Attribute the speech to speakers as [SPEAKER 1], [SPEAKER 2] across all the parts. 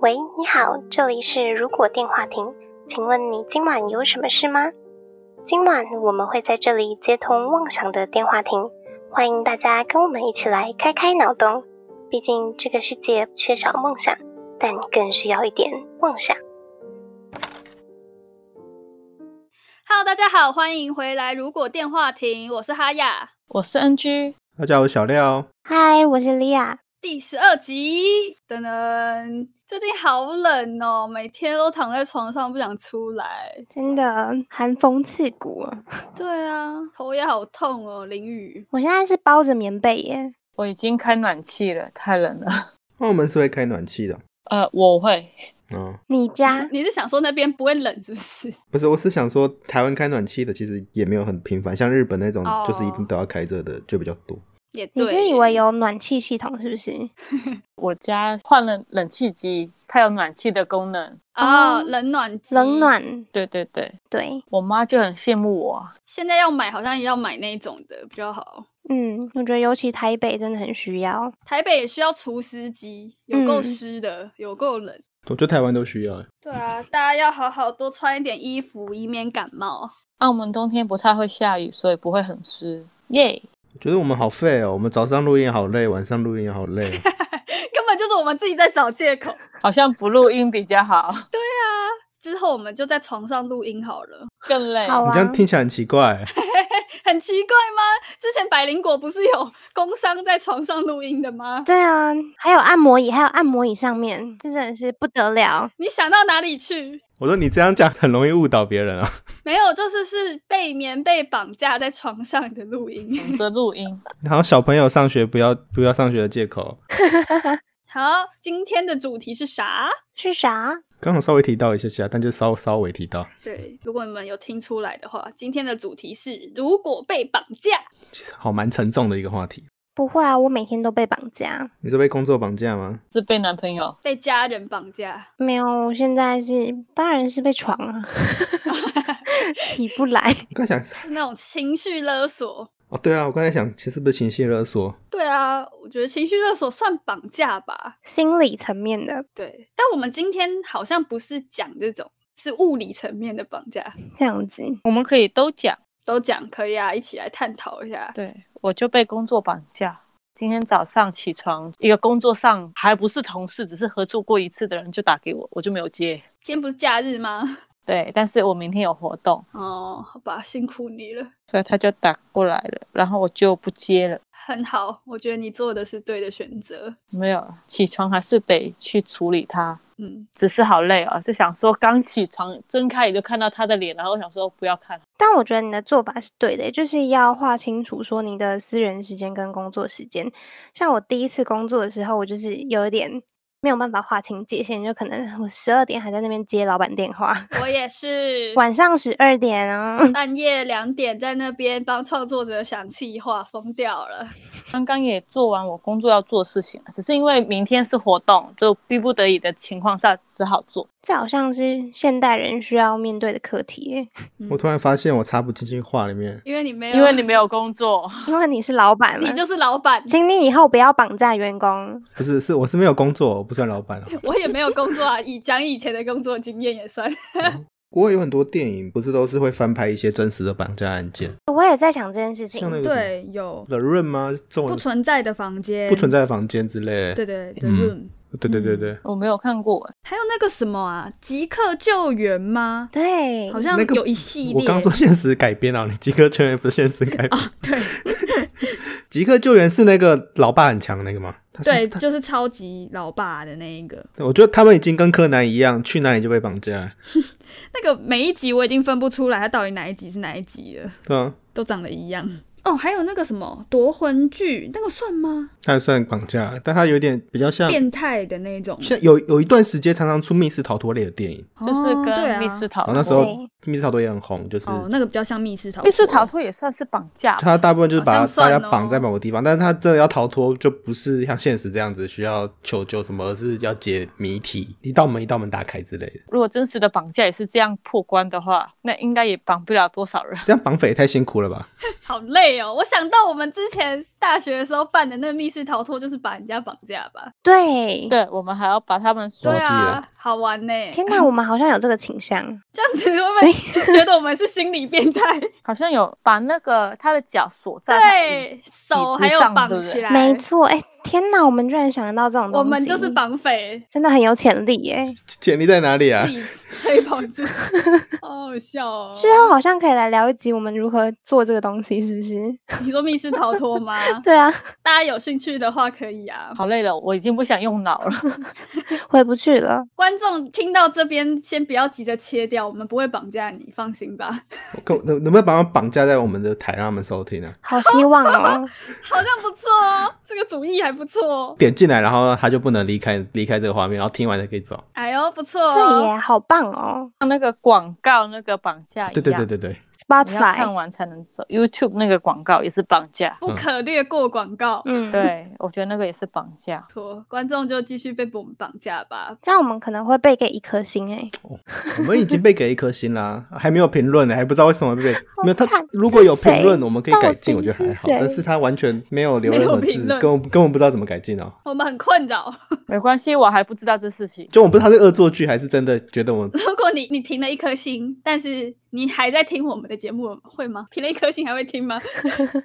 [SPEAKER 1] 喂，你好，这里是如果电话亭，请问你今晚有什么事吗？今晚我们会在这里接通妄想的电话亭，欢迎大家跟我们一起来开开脑洞。毕竟这个世界缺少梦想，但更需要一点妄想。
[SPEAKER 2] Hello，大家好，欢迎回来。如果电话亭，我是哈雅，
[SPEAKER 3] 我是 NG，
[SPEAKER 4] 大家好，我是小廖。
[SPEAKER 1] 嗨，我是莉亚。
[SPEAKER 2] 第十二集。噔噔，最近好冷哦，每天都躺在床上不想出来。
[SPEAKER 5] 真的寒风刺骨啊！
[SPEAKER 2] 对啊，头也好痛哦，淋雨。
[SPEAKER 5] 我现在是包着棉被耶，
[SPEAKER 3] 我已经开暖气了，太冷了。
[SPEAKER 4] 澳哦门是会开暖气的哦，
[SPEAKER 3] 呃，我会，
[SPEAKER 4] 嗯，
[SPEAKER 5] 你 家
[SPEAKER 2] 你是想说那边不会冷是不是？
[SPEAKER 4] 不是，我是想说，台湾开暖气的其实也没有很频繁，像日本那种
[SPEAKER 2] 哦
[SPEAKER 4] 就是一定都要开着的就比较多。
[SPEAKER 2] 也对，
[SPEAKER 5] 你是以为有暖气系统是不是？
[SPEAKER 3] 我家换了冷气机，它有暖气的功能。
[SPEAKER 2] 啊、
[SPEAKER 5] 哦
[SPEAKER 2] 冷暖机
[SPEAKER 5] 冷？暖
[SPEAKER 3] 对对对，
[SPEAKER 5] 对，
[SPEAKER 3] 我妈就很羡慕我啊。
[SPEAKER 2] 现在要买好像也要买那种的比较好。
[SPEAKER 5] 嗯，我觉得尤其台北真的很需要。
[SPEAKER 2] 台北也需要除湿机，有够
[SPEAKER 5] 嗯
[SPEAKER 2] 湿的，有够冷。
[SPEAKER 4] 我觉得哦台湾都需要欸，
[SPEAKER 2] 对啊，大家要好好多穿一点衣服，以免感冒。
[SPEAKER 3] 澳门啊冬天不太会下雨，所以不会很湿。耶、
[SPEAKER 4] 我觉得我们好废哦，我们早上录音也好累，晚上录音也好累哦。
[SPEAKER 2] 根本就是我们自己在找借口。
[SPEAKER 3] 好像不录音比较好，
[SPEAKER 2] 之后我们就在床上录音好了，
[SPEAKER 3] 更累。
[SPEAKER 5] 好
[SPEAKER 4] 你
[SPEAKER 5] 啊
[SPEAKER 4] 这样听起来很奇怪欸，
[SPEAKER 2] 很奇怪吗？之前百灵果不是有工商在床上录音的吗？
[SPEAKER 5] 对啊，还有按摩椅，还有按摩椅上面，这真的是不得了。
[SPEAKER 2] 你想到哪里去？
[SPEAKER 4] 我说你这样讲很容易误导别人啊。
[SPEAKER 2] 没有，就是是被棉被绑架在床上的录音。
[SPEAKER 3] 等着录音，
[SPEAKER 4] 好像小朋友上学不要不要上学的借口，
[SPEAKER 2] 好，今天的主题是啥？
[SPEAKER 5] 是啥？
[SPEAKER 4] 刚好稍微提到一下下，但就稍稍微提到，
[SPEAKER 2] 对，如果你们有听出来的话，今天的主题是如果被绑架。
[SPEAKER 4] 其实好蛮沉重的一个话题。
[SPEAKER 5] 不会啊，我每天都被绑架。
[SPEAKER 4] 你是被工作绑架吗？
[SPEAKER 3] 是被男朋友。
[SPEAKER 2] 被家人绑架，
[SPEAKER 5] 没有，我现在是当然是被床啊， 起不来。
[SPEAKER 4] 我刚想
[SPEAKER 2] 是那种情绪勒索。
[SPEAKER 4] 哦，对啊，我刚才想，其实不是情绪勒索，
[SPEAKER 2] 对啊，我觉得情绪勒索算绑架吧。
[SPEAKER 5] 心理层面的，
[SPEAKER 2] 对，但我们今天好像不是讲这种，是物理层面的绑架，
[SPEAKER 5] 这样子，
[SPEAKER 3] 我们可以都讲。
[SPEAKER 2] 都讲可以啊，一起来探讨一下。
[SPEAKER 3] 对，我就被工作绑架。今天早上起床，一个工作上还不是同事，只是合作过一次的人就打给我，我就没有接。
[SPEAKER 2] 今天不是假日吗？
[SPEAKER 3] 对，但是我明天有活动，
[SPEAKER 2] 哦，好吧，辛苦你了，
[SPEAKER 3] 所以他就打过来了，然后我就不接了。
[SPEAKER 2] 很好，我觉得你做的是对的选择。
[SPEAKER 3] 没有起床还是得去处理他，
[SPEAKER 2] 嗯，
[SPEAKER 3] 只是好累哦，就想说刚起床睁开眼就看到他的脸，然后我想说不要看，
[SPEAKER 5] 但我觉得你的做法是对的，欸就是要划清楚说你的私人时间跟工作时间。像我第一次工作的时候，我就是有一点没有办法划清界限，就可能我十二点还在那边接老板电话，。
[SPEAKER 2] 我也是
[SPEAKER 5] 晚上十二点啊，
[SPEAKER 2] 半夜两点在那边帮创作者想气话，疯掉了。
[SPEAKER 3] 刚刚也做完我工作要做的事情了，只是因为明天是活动，就逼不得已的情况下只好做。
[SPEAKER 5] 这好像是现代人需要面对的课题耶，
[SPEAKER 6] 嗯
[SPEAKER 4] 我突然发现我插不进去话里面，
[SPEAKER 2] 因为你没有，
[SPEAKER 3] 因为你没有工作，
[SPEAKER 5] 因为你是老板嘛。
[SPEAKER 2] 你就是老板，
[SPEAKER 5] 请你以后不要绑架员工，
[SPEAKER 4] 不是，是我是没有工作，我不算老 板哦。
[SPEAKER 2] 我也没有工作啊。以讲以前的工作经验也算。
[SPEAKER 4] 国外有很多电影不是都是会翻拍一些真实的绑架案件，
[SPEAKER 5] 我也在想这件事情
[SPEAKER 4] 像。那个什么
[SPEAKER 6] 对，有
[SPEAKER 4] The Room 吗？中文
[SPEAKER 6] 哦不存在的房间，
[SPEAKER 4] 不存在的房间之类的。
[SPEAKER 6] 对对 The
[SPEAKER 4] 嗯
[SPEAKER 6] Room，
[SPEAKER 4] 对对对对
[SPEAKER 3] 我没有看过欸，
[SPEAKER 6] 还有那个什么啊，即刻救援吗？
[SPEAKER 5] 对，
[SPEAKER 6] 好像
[SPEAKER 4] 那个
[SPEAKER 6] 有一系列。
[SPEAKER 4] 我刚说现实改编啊，你 极客救援不是现实改编？
[SPEAKER 6] 哦 对
[SPEAKER 4] 极客救援是那个老爸很强那个吗？他是
[SPEAKER 6] 对，
[SPEAKER 4] 他
[SPEAKER 6] 就是超级老爸的那一个，
[SPEAKER 4] 我觉得他们已经跟柯南一样，去哪里就被绑架了，
[SPEAKER 6] 那个每一集我已经分不出来它到底哪一集是哪一集了，
[SPEAKER 4] 对啊，
[SPEAKER 6] 都长得一样。哦，还有那个什么夺魂剧，那个算吗？
[SPEAKER 4] 他也算绑架了，但他有点比较像。
[SPEAKER 6] 变态的那种，
[SPEAKER 4] 像有有一段时间常常出密室逃脱类的电影，
[SPEAKER 3] 就是
[SPEAKER 6] 哦对
[SPEAKER 3] 跟
[SPEAKER 6] 啊
[SPEAKER 3] 密室逃脱。
[SPEAKER 4] 然后那时候
[SPEAKER 2] 哦
[SPEAKER 5] 对
[SPEAKER 4] 密室逃脱也很红，就是
[SPEAKER 6] 哦，那个比较像密室逃脱
[SPEAKER 3] 密室逃脱也算是绑架吧，
[SPEAKER 4] 他大部分就是把
[SPEAKER 2] 好像
[SPEAKER 4] 大
[SPEAKER 2] 算
[SPEAKER 4] 家
[SPEAKER 2] 哦
[SPEAKER 4] 绑在某个地方，但是他真的要逃脱，就不是像现实这样子需要求救什么，而是要解谜题，一道门一道门打开之类的。
[SPEAKER 3] 如果真实的绑架也是这样破关的话，那应该也绑不了多少人。
[SPEAKER 4] 这样绑匪也太辛苦了吧？
[SPEAKER 2] 好累累哦。我想到我们之前大学的时候办的那个密室逃脱，就是把人家绑架吧。
[SPEAKER 5] 对，
[SPEAKER 3] 对，我们还要把他们
[SPEAKER 4] 我
[SPEAKER 2] 对
[SPEAKER 3] 说
[SPEAKER 4] 忘记
[SPEAKER 2] 啊
[SPEAKER 4] 了，
[SPEAKER 2] 好玩呢、
[SPEAKER 5] 天哪，我们好像有这个倾 向。
[SPEAKER 2] 这样子会不会觉得我们是心理变态？
[SPEAKER 3] 好像有把那个他的脚锁在他椅
[SPEAKER 2] 对
[SPEAKER 3] 子，
[SPEAKER 2] 手还有
[SPEAKER 3] 上
[SPEAKER 2] 绑
[SPEAKER 3] 对不对
[SPEAKER 2] 起来，
[SPEAKER 5] 没错，哎、天哪，我们居然想得到这种东西，
[SPEAKER 2] 我们就是，绑 匪，
[SPEAKER 5] 真的很有潜力耶。
[SPEAKER 4] 潜力在哪里啊
[SPEAKER 2] 自？己吹捧自 己，好好笑哦。
[SPEAKER 5] 之后好像可以来聊一集我们如何做这个东西，是不是？
[SPEAKER 2] 你说密室逃脱吗？
[SPEAKER 5] 对啊，
[SPEAKER 2] 大家有兴趣的话可以啊。
[SPEAKER 3] 好累了，我已经不想用脑了。
[SPEAKER 5] 回不去了。
[SPEAKER 2] 观众听到这边，先不要急着切掉，我们不会绑架你，放心吧。
[SPEAKER 4] 跟能能不能把他们绑架在我们的台，让他们收听啊？
[SPEAKER 5] 好希望 哦，
[SPEAKER 2] 好像不错哦，这个主意还不错哦。
[SPEAKER 4] 点进来，然后他就不能离开离开这个画面，然后听完才可以走。
[SPEAKER 2] 哎呦，不错
[SPEAKER 5] 对耶，
[SPEAKER 2] 哦。
[SPEAKER 5] 好棒哦
[SPEAKER 3] 像那个广告那个绑架
[SPEAKER 2] 哎
[SPEAKER 3] 一样，
[SPEAKER 4] 对对对对对，
[SPEAKER 3] 你要看
[SPEAKER 5] ，Spotify，
[SPEAKER 3] 完才能走。YouTube 那个广告也是绑架，
[SPEAKER 2] 不可略过广告。不
[SPEAKER 5] 嗯，，
[SPEAKER 3] 对我觉得那个也是绑架。
[SPEAKER 2] 错，观众就继续被我们绑架吧。
[SPEAKER 5] 这样我们可能会被给一颗星哎，
[SPEAKER 4] 我们已经被给一颗星啦，还没有评论呢，还不知道为什么被没有他
[SPEAKER 5] 惨。
[SPEAKER 4] 如果有评
[SPEAKER 5] 是
[SPEAKER 4] 论，
[SPEAKER 5] 谁
[SPEAKER 4] 我们可以改进，
[SPEAKER 5] 到
[SPEAKER 4] 我
[SPEAKER 5] 底
[SPEAKER 4] 觉得还
[SPEAKER 5] 是
[SPEAKER 4] 好。
[SPEAKER 5] 谁
[SPEAKER 4] 但是他完全没有留任
[SPEAKER 2] 没
[SPEAKER 4] 何
[SPEAKER 2] 有
[SPEAKER 4] 字
[SPEAKER 2] 评，论
[SPEAKER 4] 根本根本不知道怎么改进哦。
[SPEAKER 2] 我们很困扰。
[SPEAKER 3] 没关系，我还不知道这事情。
[SPEAKER 4] 就我不知道他是恶作剧还是真的觉得我们
[SPEAKER 2] 如果你你评了一颗星，但是你还在听我们的节目，会吗？评了一颗星还会听吗？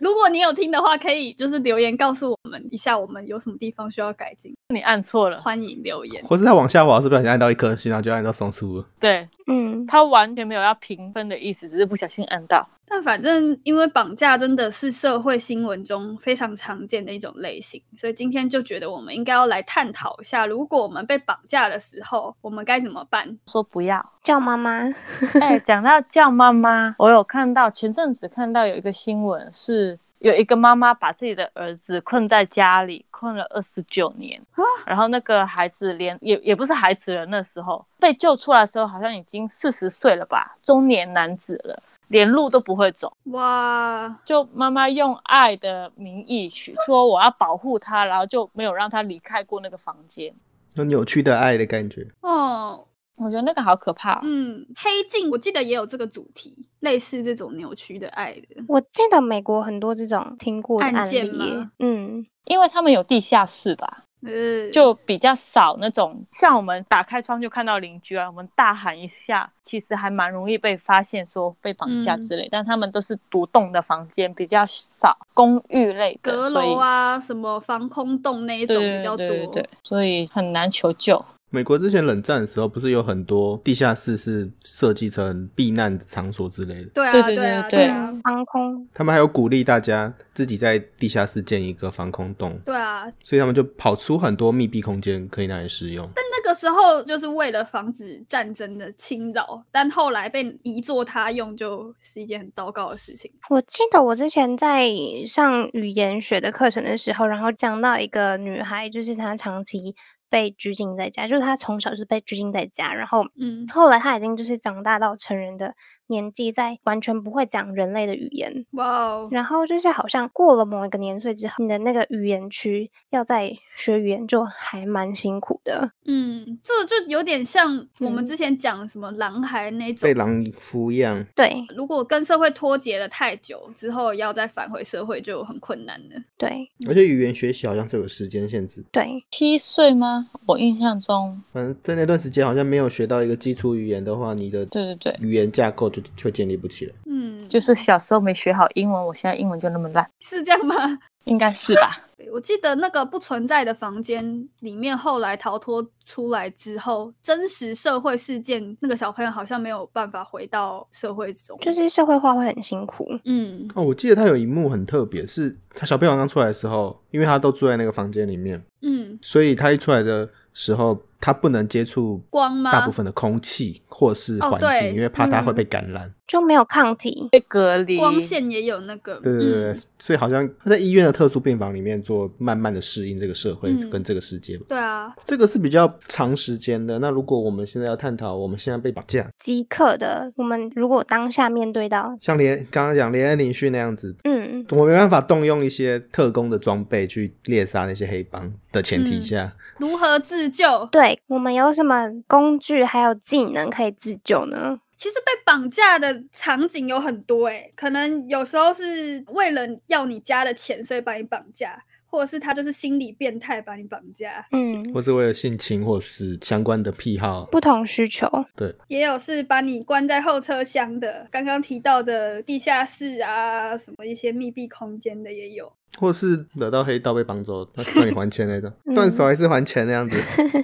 [SPEAKER 2] 如果你有听的话，可以就是留言告诉我们一下，我们有什么地方需要改进，
[SPEAKER 3] 你按错了，
[SPEAKER 2] 欢迎留言。
[SPEAKER 4] 或是他往下滑，是不是按到一颗星，然后就按到送出了？
[SPEAKER 3] 对
[SPEAKER 5] 嗯，
[SPEAKER 3] 他完全没有要评分的意思，只是不小心按到。
[SPEAKER 2] 但反正因为绑架真的是社会新闻中非常常见的一种类型，所以今天就觉得我们应该要来探讨一下，如果我们被绑架的时候，我们该怎么办？
[SPEAKER 3] 说不要。
[SPEAKER 5] 叫妈妈，
[SPEAKER 2] 嗯
[SPEAKER 3] 哎、讲到叫妈妈，我有看到前阵子看到有一个新闻是。有一个妈妈把自己的儿子困在家里，困了二十九年，然后那个孩子连也也不是孩子了，那时候被救出来的时候好像已经四十岁了吧，中年男子了，连路都不会走。
[SPEAKER 2] 哇，
[SPEAKER 3] 就妈妈用爱的名义去说我要保护他，然后就没有让他离开过那个房间。
[SPEAKER 4] 那扭曲的爱的感觉，
[SPEAKER 2] 哦，
[SPEAKER 3] 我觉得那个好可怕、哦
[SPEAKER 2] 嗯，黑镜我记得也有这个主题，类似这种扭曲的爱的。
[SPEAKER 5] 我记得美国很多这种听过的
[SPEAKER 2] 案
[SPEAKER 5] 案例
[SPEAKER 2] 件吗
[SPEAKER 5] 耶，嗯，
[SPEAKER 3] 因为他们有地下室吧，
[SPEAKER 2] 呃，
[SPEAKER 3] 就比较少那种像我们打开窗就看到邻居啊，我们大喊一下，其实还蛮容易被发现说被绑架
[SPEAKER 2] 嗯
[SPEAKER 3] 之类。但他们都是独栋的房间，比较少公寓类的，
[SPEAKER 2] 阁楼啊，什么防空洞那一
[SPEAKER 3] 所以，
[SPEAKER 2] 种
[SPEAKER 3] 对
[SPEAKER 2] 比较
[SPEAKER 3] 对
[SPEAKER 2] 多。
[SPEAKER 3] 对对对，所以很难求救。
[SPEAKER 4] 美国之前冷战的时候，不是有很多地下室是设计成避难场所之类的？
[SPEAKER 2] 对啊，
[SPEAKER 3] 对对
[SPEAKER 2] 啊，
[SPEAKER 3] 对
[SPEAKER 2] 对
[SPEAKER 3] 对
[SPEAKER 2] 啊，
[SPEAKER 5] 防空，
[SPEAKER 4] 他们还有鼓励大家自己在地下室建一个防空洞，
[SPEAKER 2] 对啊。
[SPEAKER 4] 所以他们就跑出很多密闭空间可以拿来使用。
[SPEAKER 2] 那个时候就是为了防止战争的侵扰，但后来被移作他用，就是一件很糟糕的事情。
[SPEAKER 5] 我记得我之前在上语言学的课程的时候，然后讲到一个女孩，就是她长期被拘禁在家，就是她从小是被拘禁在家，然后
[SPEAKER 2] 嗯，
[SPEAKER 5] 后来她已经就是长大到成人的年纪，在完全不会讲人类的语言，
[SPEAKER 2] 哇哦，
[SPEAKER 5] 然后就是好像过了某一个年岁之后，你的那个语言区要在学语言就还蛮辛苦的。
[SPEAKER 2] 嗯，这就有点像我们
[SPEAKER 5] 嗯
[SPEAKER 2] 之前讲什么狼孩那种
[SPEAKER 4] 被，狼夫一样，
[SPEAKER 5] 对
[SPEAKER 2] 如果跟社会脱节了太久之后，要再返回社会就很困难了。
[SPEAKER 5] 对
[SPEAKER 4] 而且语言学习好像是有时间限制，
[SPEAKER 5] 对，
[SPEAKER 3] 七岁吗？我印象中，
[SPEAKER 4] 反正在那段时间好像没有学到一个基础语言的话，你的
[SPEAKER 3] 对对对，
[SPEAKER 4] 语言架构就就建立不起来。
[SPEAKER 2] 嗯，
[SPEAKER 3] 就是小时候没学好英文，我现在英文就那么烂，
[SPEAKER 2] 是这样吗？
[SPEAKER 3] 应该是 吧？
[SPEAKER 2] 对我记得那个不存在的房间里面，后来逃脱出来之后，真实社会事件，那个小朋友好像没有办法回到社会中。
[SPEAKER 5] 就是社会化会很辛苦。
[SPEAKER 2] 嗯，
[SPEAKER 4] 哦，我记得他有一幕很特别，是他小朋友刚出来的时候，因为他都住在那个房间里面，
[SPEAKER 2] 嗯，
[SPEAKER 4] 所以他一出来的时候，他不能接触
[SPEAKER 2] 光吗
[SPEAKER 4] 大部分的空气或是
[SPEAKER 2] 哦
[SPEAKER 4] 环
[SPEAKER 2] 对
[SPEAKER 4] 境，因为怕他
[SPEAKER 5] 嗯
[SPEAKER 4] 会被感染。
[SPEAKER 5] 就没有抗体，
[SPEAKER 3] 被隔离，
[SPEAKER 2] 光线也有那个，
[SPEAKER 4] 对对对，
[SPEAKER 2] 嗯
[SPEAKER 4] 所以好像他在医院的特殊病房里面做慢慢的适应这个社会
[SPEAKER 2] 嗯
[SPEAKER 4] 跟这个世界吧。
[SPEAKER 2] 对啊，
[SPEAKER 4] 这个是比较长时间的。那如果我们现在要探讨，我们现在被绑架，
[SPEAKER 5] 即刻的。我们如果当下面对到，
[SPEAKER 4] 像连刚刚讲连恩·林逊那样子，
[SPEAKER 5] 嗯，
[SPEAKER 4] 我们没办法动用一些特工的装备去猎杀那些黑帮的前提下，
[SPEAKER 2] 如何自救？
[SPEAKER 5] 对我们有什么工具还有技能可以自救呢？
[SPEAKER 2] 其实被绑架的场景有很多诶、可能有时候是为了要你家的钱，所以把你绑架，或者是他就是心理变态把你绑架，
[SPEAKER 5] 嗯，
[SPEAKER 4] 或是为了性侵或是相关的癖好，
[SPEAKER 5] 不同需求，
[SPEAKER 2] 也有是把你关在后车厢的，刚刚提到的地下室啊，什么一些密闭空间的也有。
[SPEAKER 4] 或是惹到黑道被绑走，那让你还钱那种，断手还是还钱那样子。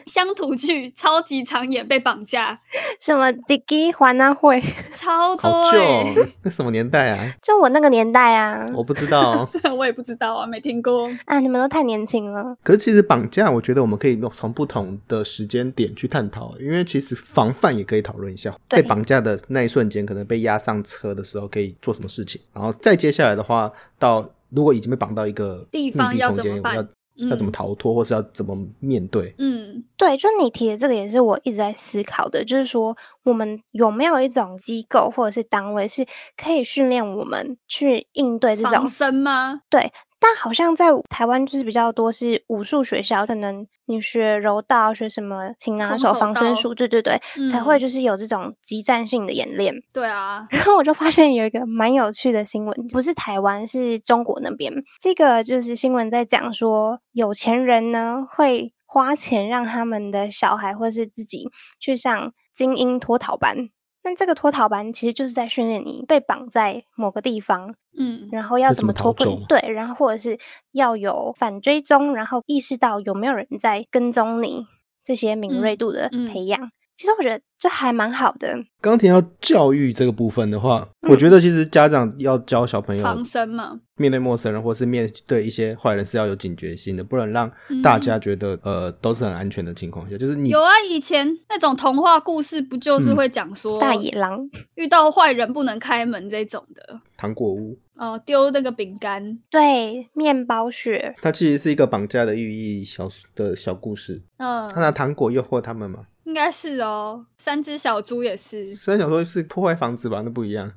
[SPEAKER 2] 乡土剧超级常演被绑架，
[SPEAKER 5] 什么 Diggy 环啊会，
[SPEAKER 2] 超多、
[SPEAKER 4] 好旧、
[SPEAKER 2] 欸。
[SPEAKER 4] 哦，那什么年代啊？
[SPEAKER 5] 就我那个年代啊，
[SPEAKER 4] 我不知道哦、
[SPEAKER 2] 我也不知道啊，没听过。
[SPEAKER 5] 啊，你们都太年轻了，
[SPEAKER 4] 可是其实绑架，我觉得我们可以从不同的时间点去探讨，因为其实防范也可以讨论一下，
[SPEAKER 5] 对
[SPEAKER 4] 被绑架的那一瞬间，可能被押上车的时候可以做什么事情，然后再接下来的话，到如果已经被绑到一个
[SPEAKER 2] 地
[SPEAKER 4] 密
[SPEAKER 2] 方
[SPEAKER 4] 闭
[SPEAKER 2] 要
[SPEAKER 4] 空
[SPEAKER 2] 怎么
[SPEAKER 4] 间，我
[SPEAKER 2] 办
[SPEAKER 4] 要
[SPEAKER 2] 嗯
[SPEAKER 4] 要怎么逃脱，或是要怎么面对。
[SPEAKER 2] 嗯，
[SPEAKER 5] 对，就你提的这个也是我一直在思考的，就是说我们有没有一种机构或者是单位是可以训练我们去应对这
[SPEAKER 2] 防
[SPEAKER 5] 种？
[SPEAKER 2] 身吗？
[SPEAKER 5] 对，但好像在台湾就是比较多是武术学校，可能你学柔道、学什么擒拿
[SPEAKER 2] 空
[SPEAKER 5] 手、
[SPEAKER 2] 手
[SPEAKER 5] 防身
[SPEAKER 2] 道
[SPEAKER 5] 术，对对对，
[SPEAKER 2] 嗯、
[SPEAKER 5] 才会就是有这种激战性的演练。
[SPEAKER 2] 对啊，
[SPEAKER 5] 然后我就发现有一个蛮有趣的新闻，不是台湾，是中国那边。这个就是新闻在讲说，有钱人呢会花钱让他们的小孩或是自己去上精英脱逃班。那这个脱逃班其实就是在训练你被绑在某个地方，
[SPEAKER 2] 嗯，
[SPEAKER 5] 然后要
[SPEAKER 4] 要
[SPEAKER 5] 怎么
[SPEAKER 4] 怎么
[SPEAKER 5] 脱
[SPEAKER 4] 逃
[SPEAKER 5] 困
[SPEAKER 4] 走？
[SPEAKER 5] 对，然后或者是要有反追踪，然后意识到有没有人在跟踪你，这些敏锐
[SPEAKER 2] 嗯
[SPEAKER 5] 度的
[SPEAKER 2] 嗯
[SPEAKER 5] 培养。其实我觉得这还蛮好的，
[SPEAKER 4] 刚刚提到教育这个部分的话，
[SPEAKER 5] 嗯
[SPEAKER 4] 我觉得其实家长要教小朋友
[SPEAKER 2] 防身嘛。
[SPEAKER 4] 面对陌生人或是面对一些坏人是要有警觉心的，不能让大家觉得、呃都是很安全的情况下，就是你
[SPEAKER 2] 嗯有啊，以前那种童话故事不就是
[SPEAKER 4] 嗯
[SPEAKER 2] 会讲说，
[SPEAKER 5] 大野狼。
[SPEAKER 2] 遇到坏人不能开门这种的，
[SPEAKER 4] 糖果屋。
[SPEAKER 2] 哦、丢那个饼干，
[SPEAKER 5] 对，面包屑，。
[SPEAKER 4] 它其实是一个绑架的寓意小的小故事。
[SPEAKER 2] 嗯、
[SPEAKER 4] 他拿糖果诱惑他们嘛，
[SPEAKER 2] 应该是哦。三只小猪也是，
[SPEAKER 4] 虽然想说是破坏房子吧，那不一样。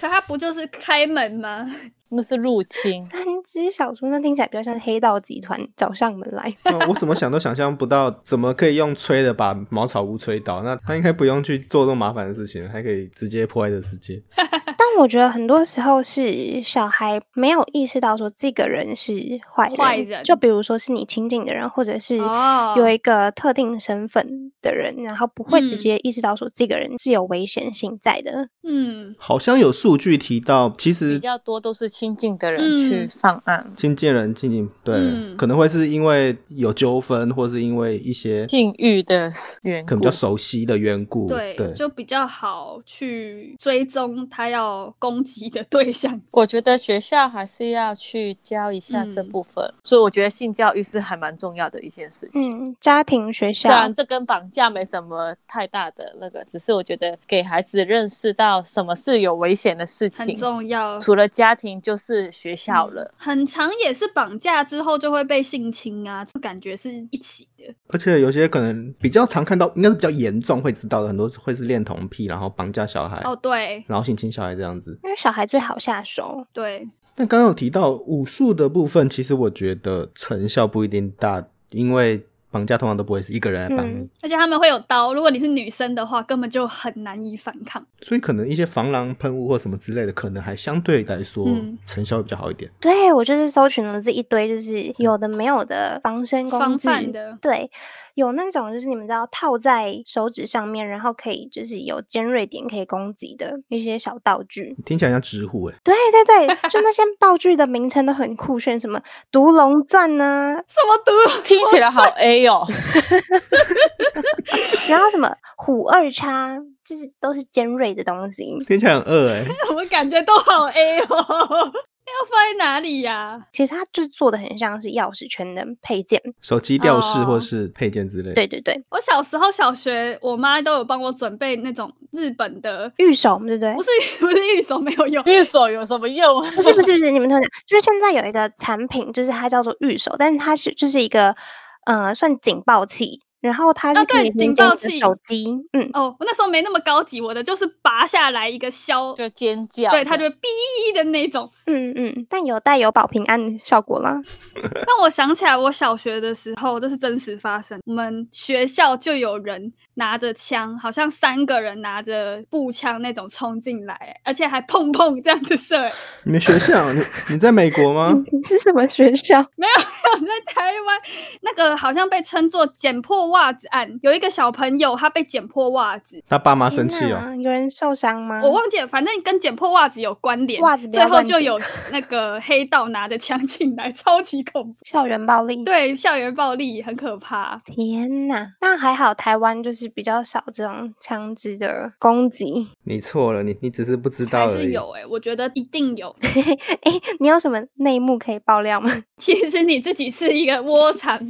[SPEAKER 2] 可它不就是开门吗？
[SPEAKER 3] 那是入侵
[SPEAKER 5] 三只小猪，那听起来比较像黑道集团找上门来。
[SPEAKER 4] 那我怎么想都想象不到，怎么可以用吹的把茅草屋吹倒？那他应该不用去做这么麻烦的事情，还可以直接破坏这世界。
[SPEAKER 5] 但我觉得很多时候是小孩没有意识到说这个人是坏人，
[SPEAKER 2] 坏
[SPEAKER 5] 就
[SPEAKER 2] 人
[SPEAKER 5] 比如说是你亲近的人，或者是
[SPEAKER 2] 哦
[SPEAKER 5] 有一个特定身份的人，然后不会直
[SPEAKER 2] 嗯
[SPEAKER 5] 接意识到说这个人是有危险性在的。
[SPEAKER 2] 嗯，
[SPEAKER 4] 好像有数据提到，其
[SPEAKER 3] 比
[SPEAKER 4] 实
[SPEAKER 3] 较多都是亲近的人
[SPEAKER 2] 嗯
[SPEAKER 3] 去犯案，
[SPEAKER 4] 新建人进行对、
[SPEAKER 2] 嗯
[SPEAKER 4] 可能会是因为有纠纷，或是因为一些
[SPEAKER 3] 性欲的缘
[SPEAKER 4] 可
[SPEAKER 3] 故
[SPEAKER 4] 能比较。熟悉的缘故。
[SPEAKER 2] 对，
[SPEAKER 4] 对，
[SPEAKER 2] 就比较好去追踪他要攻击的对象。
[SPEAKER 3] 我觉得学校还是要去教一下这
[SPEAKER 2] 嗯
[SPEAKER 3] 部分，所以我觉得性教育是还蛮重要的一件事情。
[SPEAKER 5] 嗯，家庭、学
[SPEAKER 3] 虽
[SPEAKER 5] 校
[SPEAKER 2] 啊
[SPEAKER 3] 然，这跟绑架没什么太大的那个，只是我觉得给孩子认识到什么是有危险的事
[SPEAKER 2] 很
[SPEAKER 3] 情，
[SPEAKER 2] 重要，
[SPEAKER 3] 除了家庭就是学校
[SPEAKER 2] 嗯
[SPEAKER 3] 了。
[SPEAKER 2] 很长也是绑架之后就会被性侵啊，这感觉是一起的。
[SPEAKER 4] 而且有些可能比较常看到，应该是比较严重会知道的，很多是会是恋童癖，然后绑架小
[SPEAKER 5] 哎
[SPEAKER 4] 孩，
[SPEAKER 2] 哦，对
[SPEAKER 4] 然后性侵小孩这样子。
[SPEAKER 5] 因为小孩最好下手。
[SPEAKER 2] 对，
[SPEAKER 4] 但刚刚有提到武术的部分，其实我觉得成效不一定大，因为绑架通常都不会是一个人来帮你，
[SPEAKER 5] 嗯
[SPEAKER 2] 而且他们会有刀，如果你是女生的话，根本就很难以反抗。
[SPEAKER 4] 所以可能一些防狼喷雾或什么之类的，可能还相对来说
[SPEAKER 2] 嗯
[SPEAKER 4] 成效比较好一点。
[SPEAKER 5] 对我就是搜寻了这一堆，就是有的没有的防身工
[SPEAKER 2] 防
[SPEAKER 5] 具
[SPEAKER 2] 范的
[SPEAKER 5] 对，有那种就是你们知道套在手指上面，然后可以就是有尖锐点可以攻击的一些小道具。
[SPEAKER 4] 听起来像直呼哎、
[SPEAKER 5] 对对对，就那些道具的名称都很酷炫，什么独龙啊钻呢、
[SPEAKER 2] 什么毒？
[SPEAKER 3] 听起来好 A 哦，
[SPEAKER 5] 然后什么虎二叉，就是都是尖锐的东西。
[SPEAKER 4] 听起来很 饿哎、
[SPEAKER 2] 我们感觉都好 A 哦， 要放在哪里呀、
[SPEAKER 5] 其实它就是做的很像是钥匙圈的配件。
[SPEAKER 4] 手机吊饰
[SPEAKER 2] 哦
[SPEAKER 4] 或是配件之类。
[SPEAKER 5] 对，对对，
[SPEAKER 2] 我小时候小学，我妈都有帮我准备那种日本的，
[SPEAKER 5] 玉手对不对？
[SPEAKER 2] 不是不是玉手没有 用，
[SPEAKER 3] 玉手有什么用啊？
[SPEAKER 5] 不是不是不是，你们听我讲，就是现在有一个产品，就是它叫做预手，但是它是就是一呃算警报器，然后它是
[SPEAKER 2] 啊
[SPEAKER 5] 可
[SPEAKER 2] 对
[SPEAKER 5] 以连
[SPEAKER 2] 警
[SPEAKER 5] 接你
[SPEAKER 2] 报
[SPEAKER 5] 的
[SPEAKER 2] 器
[SPEAKER 5] 手机，嗯，
[SPEAKER 2] 哦，我那时候没那么高级，我的就是拔下来一个削，
[SPEAKER 3] 就尖叫，
[SPEAKER 2] 对，它就会哔的那种。
[SPEAKER 5] 嗯嗯，但有带有保平安效果啦。
[SPEAKER 2] 让我想起来，我小学的时候，这是真实发生。我们学校就有人拿着枪，好像三个人拿着步枪那种冲进来，而且还砰砰这样子射。
[SPEAKER 4] 你们学校，你你在美国
[SPEAKER 2] 啊嗯
[SPEAKER 4] 吗？
[SPEAKER 5] 你 是什么学校？
[SPEAKER 2] 我在台湾，那个好像被称作“捡破袜子案”，有一个小朋友他被捡破袜子，
[SPEAKER 4] 他爸妈
[SPEAKER 5] 好
[SPEAKER 4] 生气哦，
[SPEAKER 5] 有人受伤
[SPEAKER 4] 啊
[SPEAKER 5] 吗？
[SPEAKER 2] 我忘记了，反正跟捡破袜子有关联。
[SPEAKER 5] 袜子不
[SPEAKER 2] 最
[SPEAKER 5] 要
[SPEAKER 2] 后
[SPEAKER 5] 乱
[SPEAKER 2] 就
[SPEAKER 5] 捡
[SPEAKER 2] 有 那个黑道拿着枪进来， 超级恐怖。
[SPEAKER 5] 校园暴力。
[SPEAKER 2] 对，校园暴力很可怕。
[SPEAKER 5] 天呐，那还好，台湾就是比较少这种枪支的攻击。
[SPEAKER 4] 你错了，你你只是不知道
[SPEAKER 2] 还
[SPEAKER 4] 而
[SPEAKER 2] 是
[SPEAKER 4] 已。
[SPEAKER 2] 有哎、我觉得一定有。
[SPEAKER 5] 哎，你有什么内幕可以爆料吗？
[SPEAKER 2] 其实你自己是一个窝藏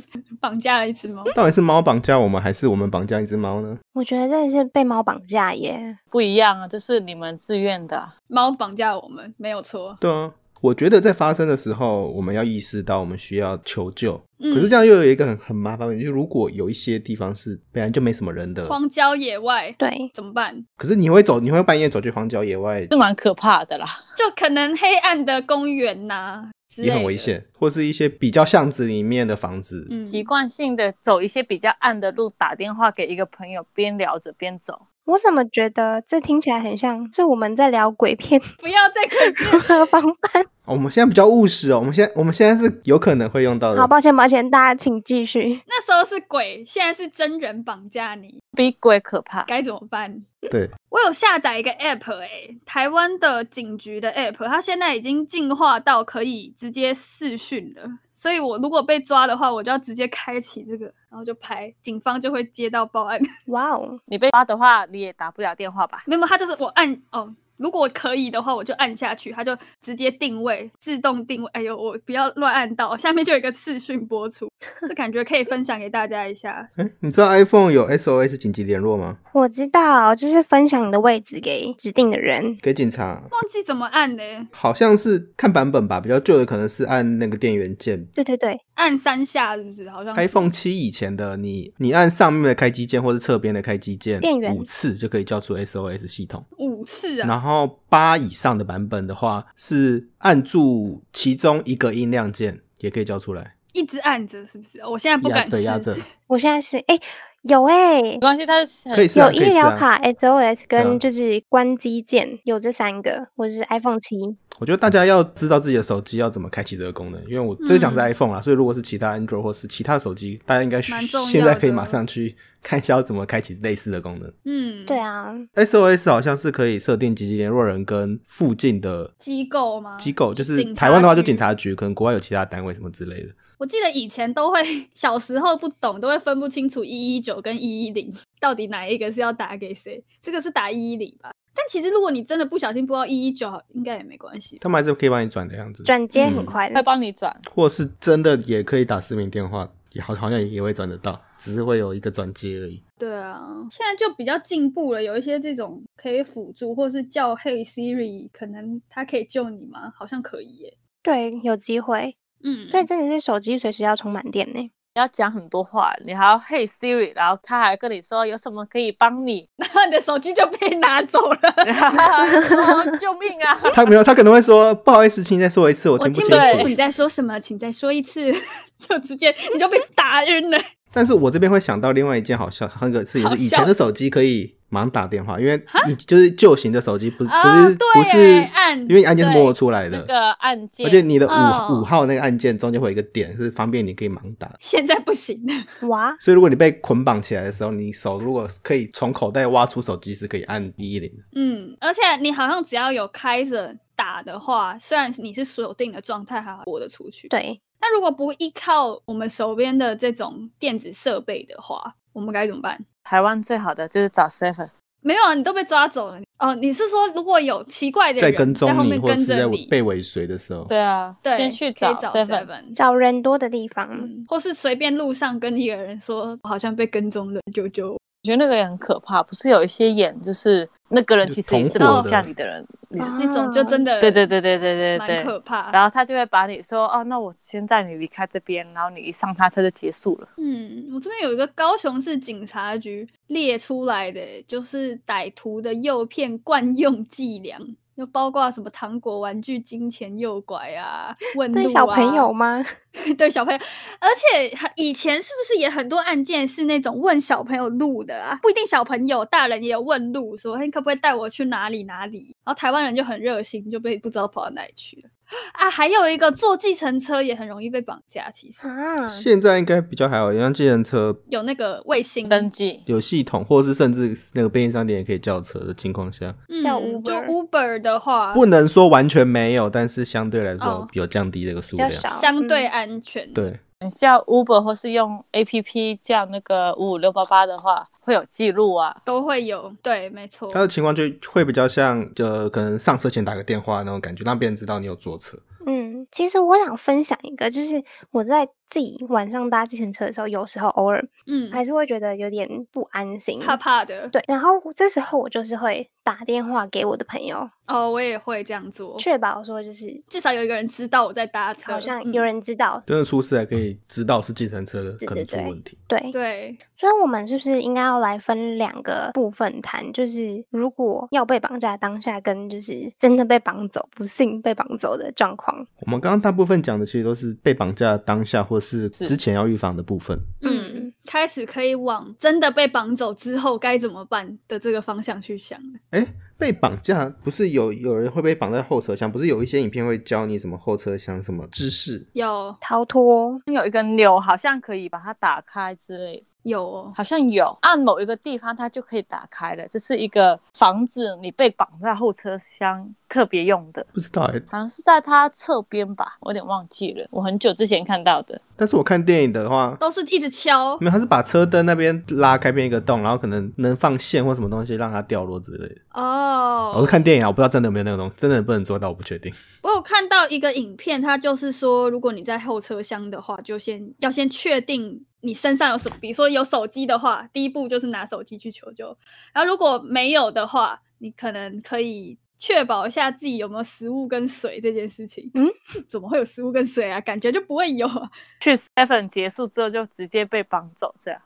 [SPEAKER 2] 绑架了一只猫，
[SPEAKER 4] 到底是猫绑架我们，还是我们绑架一只猫呢？
[SPEAKER 5] 我觉得真的是被猫绑架耶。
[SPEAKER 3] 不一样啊，这是你们自愿的啊。
[SPEAKER 2] 猫绑架我们没有错。
[SPEAKER 4] 对啊，我觉得在发生的时候，我们要意识到我们需要求救。
[SPEAKER 2] 嗯
[SPEAKER 4] 可是这样又有一个很很麻烦的问题，就是如果有一些地方是本来就没什么人的，
[SPEAKER 2] 荒郊野外
[SPEAKER 5] 对，
[SPEAKER 2] 怎么办？
[SPEAKER 4] 可是你会走，你会半夜走去荒郊野外，
[SPEAKER 3] 是蛮可怕的啦。
[SPEAKER 2] 就可能黑暗的公园呐、之类
[SPEAKER 4] 也
[SPEAKER 2] 的
[SPEAKER 4] 很危。险，或是一些比较巷子里面的房子。
[SPEAKER 2] 嗯，
[SPEAKER 3] 习惯性的走一些比较暗的路，打电话给一个朋友，边聊着边走。
[SPEAKER 5] 我怎么觉得这听起来很像是我们在聊鬼片
[SPEAKER 2] 不要再可
[SPEAKER 5] 如何防范？
[SPEAKER 4] 哦我们现在比较务实哦，我们现在我们现在是有可能会用到的。
[SPEAKER 5] 好，，抱歉，抱歉，大家请继续。
[SPEAKER 2] 那时候是鬼，现在是真人绑架你，
[SPEAKER 3] 比鬼可怕，
[SPEAKER 2] 该怎么办？
[SPEAKER 4] 对，
[SPEAKER 2] 我有下载一个 app 哎、台湾的警局的 app，它现在已经进化到可以直接视讯了。所以我如果被抓的话，我就要直接开启这个，然后就拍，警方就会接到报案。
[SPEAKER 5] 哇哦，
[SPEAKER 3] 你被抓的话，你也打不了电话吧？
[SPEAKER 2] 没有，他就是我按哦，如果可以的话，我就按下去，它就直接定位，自动定位。哎呦，我不要乱按到，下面就有一个视讯播出，这感觉可以分享给大家一下。
[SPEAKER 4] 哎，你知道 iPhone 有 SOS 紧急联络吗？
[SPEAKER 5] 我知道，就是分享你的位置给指定的人。
[SPEAKER 4] 给警察，
[SPEAKER 2] 忘记怎么按嘞、
[SPEAKER 4] 好像是看版本吧，比较旧的可能是按那个电源键。
[SPEAKER 5] 对对对，
[SPEAKER 2] 按三下是不是？好像是
[SPEAKER 4] iPhone 七以前的你，你按上面的开机键或是侧边的开机键
[SPEAKER 5] 电源
[SPEAKER 4] 五次就可以叫出 SOS 系统。
[SPEAKER 2] 五次啊，
[SPEAKER 4] 然后八以上的版本的话，是按住其中一个音量键也可以叫出来，
[SPEAKER 2] 一直按着是不是？我现在不
[SPEAKER 4] 压
[SPEAKER 2] 敢
[SPEAKER 4] 对压
[SPEAKER 2] 试。
[SPEAKER 4] 着，
[SPEAKER 5] 我现在是哎，有哎、
[SPEAKER 3] 没关系，他是
[SPEAKER 4] 可以是啊，
[SPEAKER 5] 有
[SPEAKER 4] 可
[SPEAKER 5] 医
[SPEAKER 4] 以是
[SPEAKER 5] 疗
[SPEAKER 4] 啊。
[SPEAKER 5] 卡、SOS
[SPEAKER 4] 啊
[SPEAKER 5] 跟就是关机键，有这三个，或者是 iPhone 七。
[SPEAKER 4] 我觉得大家要知道自己的手机要怎么开启这个功能，因为我这个讲是
[SPEAKER 2] 嗯
[SPEAKER 4] iPhone 啦，所以如果是其他 Android 或是其他手机，大家应该
[SPEAKER 2] 蛮重要的
[SPEAKER 4] 现在可以马上去看一下要怎么开启类似的功能。
[SPEAKER 2] 嗯，
[SPEAKER 5] 对，啊，
[SPEAKER 4] SOS 好像是可以设定紧急联络人跟附近的
[SPEAKER 2] 机构吗？
[SPEAKER 4] 机构，就是
[SPEAKER 2] 警察
[SPEAKER 4] 台湾的话就
[SPEAKER 2] 局
[SPEAKER 4] 警察局，可能国外有其他单位什么之类的。
[SPEAKER 2] 我记得以前都会， 小时候不懂，都会分不清楚一一九跟一一零到底哪一个是要打给谁。这个是打一一零吧？但其实如果你真的不小心拨到一一九，应该也没关系。
[SPEAKER 4] 他们还是可以帮你转的样子，
[SPEAKER 5] 转接
[SPEAKER 4] 嗯
[SPEAKER 5] 很快的。
[SPEAKER 2] 呃
[SPEAKER 3] 会帮你转。
[SPEAKER 4] 或是真的也可以打市民电话，也好好像也会转得到，只是会有一个转接 而已。
[SPEAKER 2] 对啊，现在就比较进步了，有一些这种可以辅助，或是叫 Hey Siri，可能它可以救你吗？好像可以耶。
[SPEAKER 5] 对，有机会。
[SPEAKER 2] 嗯，
[SPEAKER 5] 对，真的是手机随时要充满电呢。
[SPEAKER 3] 你要讲很多话，你还要 Hey Siri，然后他还跟你说有什么可以帮你，
[SPEAKER 2] 然后你的手机就被拿走了。
[SPEAKER 3] 然后你说 哦救命啊！
[SPEAKER 4] 他没有，他可能会说不好意思，请你再说一次，我
[SPEAKER 2] 我
[SPEAKER 4] 听不
[SPEAKER 2] 听
[SPEAKER 4] 清
[SPEAKER 2] 不清
[SPEAKER 4] 楚
[SPEAKER 2] 楚。你在说什么，请再说一次， 就直接你就被打晕了。
[SPEAKER 4] 但是我这边会想到另外一件好笑，那个事情
[SPEAKER 2] 好
[SPEAKER 4] 是
[SPEAKER 2] 笑
[SPEAKER 4] 以前的手机可以马上打电话，因为你就是旧型的手机不是不
[SPEAKER 2] 啊
[SPEAKER 4] 是
[SPEAKER 2] 对
[SPEAKER 4] 不是
[SPEAKER 2] 按
[SPEAKER 4] 因为按键是
[SPEAKER 2] 对
[SPEAKER 4] 摸出来
[SPEAKER 3] 那
[SPEAKER 4] 的，
[SPEAKER 3] 个按键，
[SPEAKER 4] 而且你的五
[SPEAKER 2] 嗯
[SPEAKER 4] 五号那个按键中间会有一个点，是方便你可以盲打。
[SPEAKER 2] 现在不行了，
[SPEAKER 5] 哇，
[SPEAKER 4] 所以如果你被捆绑起来的时候，你手如果可以从口袋挖出手机，是可以按一一零的。
[SPEAKER 2] 嗯，而且你好像只要有开着打的话，虽然你是锁定的状态，还好拨得出去。
[SPEAKER 5] 对，
[SPEAKER 2] 那如果不依靠我们手边的这种电子设备的话，我们该怎么办？
[SPEAKER 3] 台湾最好的就是找 Seven，
[SPEAKER 2] 没有啊，你都被抓走了。哦，你是说如果有奇怪的
[SPEAKER 4] 在
[SPEAKER 2] 人
[SPEAKER 4] 跟踪
[SPEAKER 2] 后
[SPEAKER 4] 你
[SPEAKER 2] 面
[SPEAKER 4] 或者
[SPEAKER 2] 跟
[SPEAKER 4] 是在
[SPEAKER 2] 着
[SPEAKER 4] 尾
[SPEAKER 2] 你，
[SPEAKER 4] 被尾随的时候，
[SPEAKER 3] 对啊，
[SPEAKER 2] 对，
[SPEAKER 3] 先去
[SPEAKER 2] 可以
[SPEAKER 3] 找
[SPEAKER 2] 找
[SPEAKER 3] Seven，
[SPEAKER 2] seven，
[SPEAKER 5] 找人多的地方。
[SPEAKER 2] 嗯或是随便路上跟一个人说，我好像被跟踪了，救救我！
[SPEAKER 3] 觉得那个也很可怕。不是有一些演就是那个人其实也是
[SPEAKER 4] 同伙
[SPEAKER 3] 绑
[SPEAKER 4] 的
[SPEAKER 3] 架你的人，你
[SPEAKER 5] 啊
[SPEAKER 2] 那种就真的
[SPEAKER 3] 对对对对对对
[SPEAKER 2] 蛮
[SPEAKER 3] 对。
[SPEAKER 2] 可怕。
[SPEAKER 3] 然后他就会把你说哦，那我先带你离开这边，然后你一上他车就结束了。
[SPEAKER 2] 嗯，我这边有一个高雄市警察局列出来的，欸就是歹徒的诱骗惯用伎俩，就包括什么糖果、玩具、金钱诱拐啊，问路啊，
[SPEAKER 5] 对小朋友吗？
[SPEAKER 2] 对小朋友，而且很以前是不是也很多案件是那种问小朋友路的啊？不一定小朋友，大人也有问路，说哎，你可不可以带我去哪里哪里？然后台湾人就很热心，就被不知道跑到哪里去了啊。还有一个坐计程车也很容易被绑架，其实
[SPEAKER 5] 啊，
[SPEAKER 4] 现在应该比较还好，像计程车
[SPEAKER 2] 有那个卫星
[SPEAKER 3] 登记
[SPEAKER 4] 有系统，或是甚至那个便利商店也可以叫车的情况下，
[SPEAKER 5] 叫
[SPEAKER 2] 嗯就
[SPEAKER 5] Uber
[SPEAKER 2] Uber 的话，
[SPEAKER 4] 不能说完全没有，但是相对来说
[SPEAKER 2] 啊哦
[SPEAKER 4] 有降低这个
[SPEAKER 5] 比
[SPEAKER 4] 数量
[SPEAKER 5] 较。少，
[SPEAKER 2] 相对
[SPEAKER 5] 嗯
[SPEAKER 2] 安全。，
[SPEAKER 4] 对，
[SPEAKER 3] 你叫 Uber 或是用 APP 叫那个五五六八八的话，会有记录啊。
[SPEAKER 2] 都会有。对，没错。
[SPEAKER 4] 他的情况就会比较像，呃，可能上车前打个电话那种感觉，让别人知道你有坐车。
[SPEAKER 5] 嗯，其实我想分享一个，就是我在自己晚上搭计程车的时候，有时候偶尔
[SPEAKER 2] 嗯，
[SPEAKER 5] 还是会觉得有点不安心。
[SPEAKER 2] 怕怕的。
[SPEAKER 5] 对，然后这时候我就是会打电话给我的朋友，
[SPEAKER 2] 哦，我也会这样做，
[SPEAKER 5] 确保说就是
[SPEAKER 2] 至少有一个人知道我在搭车，
[SPEAKER 5] 好像
[SPEAKER 2] 嗯
[SPEAKER 5] 有人知道。
[SPEAKER 4] 真的出事还可以知道是计程车的
[SPEAKER 5] 对
[SPEAKER 4] 可能
[SPEAKER 5] 对
[SPEAKER 4] 出
[SPEAKER 5] 对
[SPEAKER 4] 问题。
[SPEAKER 5] 对，
[SPEAKER 2] 对，
[SPEAKER 5] 所以我们是不是应该要来分两个部分谈？就是如果要被绑架的当下，跟就是真的被绑走，不幸被绑走的状况。
[SPEAKER 4] 我们刚刚大部分讲的其实都是被绑架的当下或是
[SPEAKER 3] 是
[SPEAKER 4] 之前要预防的部分。
[SPEAKER 2] 嗯
[SPEAKER 5] 嗯，
[SPEAKER 2] 开始可以往真的被绑走之后该怎么办的这个方向去想了。
[SPEAKER 4] 哎、被绑架不是有有人会被绑在后车厢？不是有一些影片会教你什么后车厢什么知识？
[SPEAKER 2] 有
[SPEAKER 5] 逃脱，
[SPEAKER 3] 有一个钮，好像可以把它打开之类的，
[SPEAKER 2] 有哦，
[SPEAKER 3] 好像有按某一个地方它就可以打开了。这是一个防止你被绑在后车厢特别用的，
[SPEAKER 4] 不知道哎、
[SPEAKER 3] 好像是在它侧边吧，我有点忘记了，我很久之前看到的。
[SPEAKER 4] 但是我看电影的话，
[SPEAKER 2] 都是一直敲
[SPEAKER 4] 没有，他是把车灯那边拉开变一个洞，然后可能能放线或什么东西让它掉落之类的。我
[SPEAKER 2] 哦
[SPEAKER 4] 是。看电影啊，我不知道真的有没有那个东西，真的不能做到，我不确定。
[SPEAKER 2] 我有看到一个影片，它就是说，如果你在后车厢的话，就先要先确定你身上有什么，比如说有手机的话，第一步就是拿手机去求救。然后如果没有的话，你可能可以确保一下自己有没有食物跟水这件事情。
[SPEAKER 5] 嗯，
[SPEAKER 2] 怎么会有食物跟水啊？感觉就不会有啊。
[SPEAKER 3] 去 seven 结束之后就直接被绑走，这样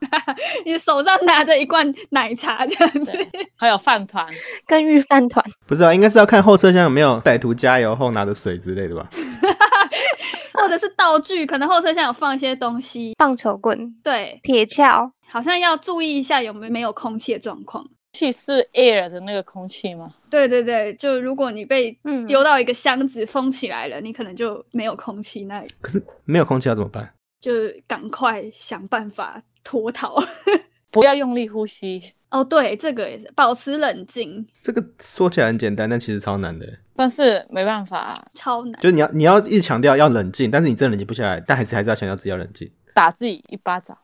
[SPEAKER 2] 你手上拿着一罐奶茶这样子，
[SPEAKER 3] 对，还有饭团，
[SPEAKER 5] 跟预饭团
[SPEAKER 4] 不是啊，应该是要看后车厢有没有歹徒加油后拿着水之类的吧？
[SPEAKER 2] 或者是道具，可能后车厢有放一些东西。
[SPEAKER 5] 棒球棍、
[SPEAKER 2] 对，
[SPEAKER 5] 铁锹，
[SPEAKER 2] 好像要注意一下有没没有空气的状况。
[SPEAKER 3] 气是 air 的那个空气吗？
[SPEAKER 2] 对对对，就如果你被
[SPEAKER 5] 嗯
[SPEAKER 2] 丢到一个箱子封起来了，你可能就没有空气，那
[SPEAKER 4] 可是没有空气要怎么办？
[SPEAKER 2] 就赶快想办法脱逃。
[SPEAKER 3] 不要用力呼吸，
[SPEAKER 2] 哦，对，这个也是保持冷静，
[SPEAKER 4] 这个说起来很简单，但其实超难的。
[SPEAKER 3] 但是没办法，啊
[SPEAKER 2] 超难。
[SPEAKER 4] 就是你要你要一直强调要冷静，但是你真的冷静不下来，但还是还是要强调自己要冷静。
[SPEAKER 3] 打自己一巴掌。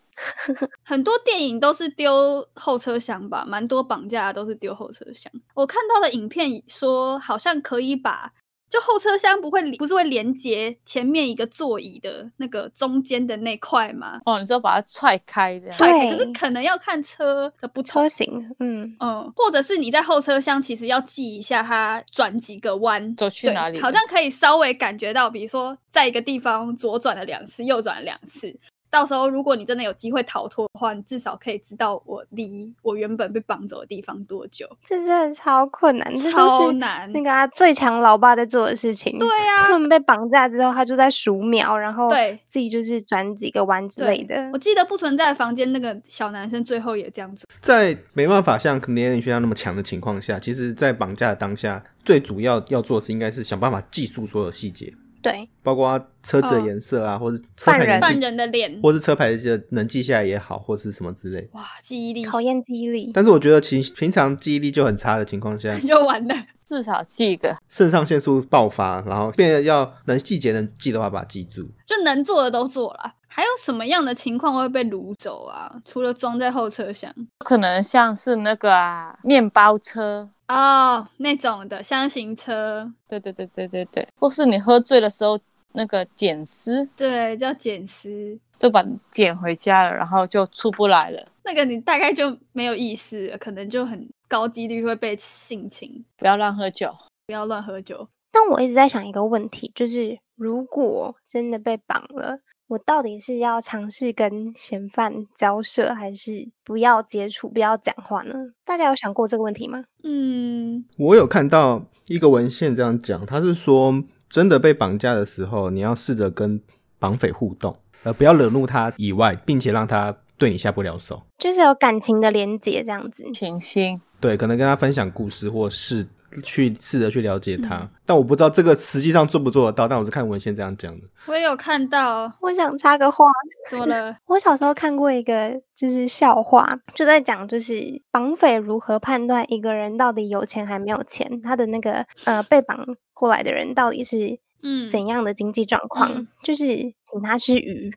[SPEAKER 2] 很多电影都是丢后车厢吧，蛮多绑架的都是丢后车厢。我看到的影片说，好像可以把就后车厢不会不是会连接前面一个座椅的那个中间的那块吗？
[SPEAKER 3] 哦，你就把它踹开这
[SPEAKER 2] 踹
[SPEAKER 3] 样。
[SPEAKER 2] 开，可是
[SPEAKER 5] 对
[SPEAKER 2] 可能要看车的不同
[SPEAKER 5] 车。型，嗯，
[SPEAKER 2] 嗯，或者是你在后车厢，其实要记一下它转几个弯，
[SPEAKER 3] 走去
[SPEAKER 2] 对
[SPEAKER 3] 哪里
[SPEAKER 2] 好像可以稍微感觉到，比如说在一个地方左转了两次，右转了两次。到时候如果你真的有机会逃脱的话，你至少可以知道我离我原本被绑走的地方多久。
[SPEAKER 5] 这真的超困难，这
[SPEAKER 2] 超
[SPEAKER 5] 就是
[SPEAKER 2] 难
[SPEAKER 5] 那个、啊、最强老爸在做的事情。
[SPEAKER 2] 对啊
[SPEAKER 5] 他们被绑架之后，他就在数秒，然后
[SPEAKER 2] 对
[SPEAKER 5] 自己就是转几个弯之类
[SPEAKER 2] 对
[SPEAKER 5] 的
[SPEAKER 2] 我。记得不存在的房间那个小男生最后也这样做。
[SPEAKER 4] 在没办法像连你学校那么强的情况下，其实，在绑架的当下，最主要要做的是应该是想办法记住所有细节，
[SPEAKER 5] 对，
[SPEAKER 4] 包括车子的
[SPEAKER 2] 哦
[SPEAKER 4] 颜色啊，或者车
[SPEAKER 5] 犯
[SPEAKER 4] 牌
[SPEAKER 5] 人
[SPEAKER 4] 能记
[SPEAKER 2] 犯人的脸
[SPEAKER 4] 或是车牌的能记下来也好，或是什么之类。
[SPEAKER 2] 哇，记忆力，
[SPEAKER 5] 考验记忆力。
[SPEAKER 4] 但是我觉得其，平常记忆力就很差的情况下
[SPEAKER 2] 就完了。
[SPEAKER 3] 至少记一个，
[SPEAKER 4] 肾上腺素爆发，然后变得要能细节能记的话，把它记住。
[SPEAKER 2] 就能做的都做了。还有什么样的情况会被掳走啊？除了装在后车厢
[SPEAKER 3] 可能像是那个啊，面包车，
[SPEAKER 2] 哦，那种的箱型车，
[SPEAKER 3] 对对对对对对，或是你喝醉的时候那个捡尸，
[SPEAKER 2] 对，叫捡尸。
[SPEAKER 3] 就把你捡回家了，然后就出不来了。
[SPEAKER 2] 那个你大概就没有意思了，可能就很高几率会被性侵。
[SPEAKER 3] 不要乱喝酒。
[SPEAKER 2] 不要乱喝酒，
[SPEAKER 5] 但我一直在想一个问题，就是如果真的被绑了，我到底是要尝试跟嫌犯交涉，还是不要接触、不要讲话呢？大家有想过这个问题吗？
[SPEAKER 2] 嗯，
[SPEAKER 4] 我有看到一个文献这样讲，他是说，真的被绑架的时候，你要试着跟绑匪互动，呃，不要惹怒他以外，并且让他对你下不了手。
[SPEAKER 5] 就是有感情的连结这样子。
[SPEAKER 3] 甜心，
[SPEAKER 4] 对，可能跟他分享故事，或是去试着去了解他。
[SPEAKER 3] 嗯
[SPEAKER 4] 但我不知道这个实际上做不做得到，但我是看文献这样讲的。
[SPEAKER 2] 我也有看到，
[SPEAKER 5] 我想插个话，
[SPEAKER 2] 怎么了？
[SPEAKER 5] 我小时候看过一个就是笑话，就在讲就是绑匪如何判断一个人到底有钱还没有钱，他的那个呃被绑过来的人到底是
[SPEAKER 2] 嗯
[SPEAKER 5] 怎样的经济状况，
[SPEAKER 2] 嗯
[SPEAKER 5] 就是请他吃鱼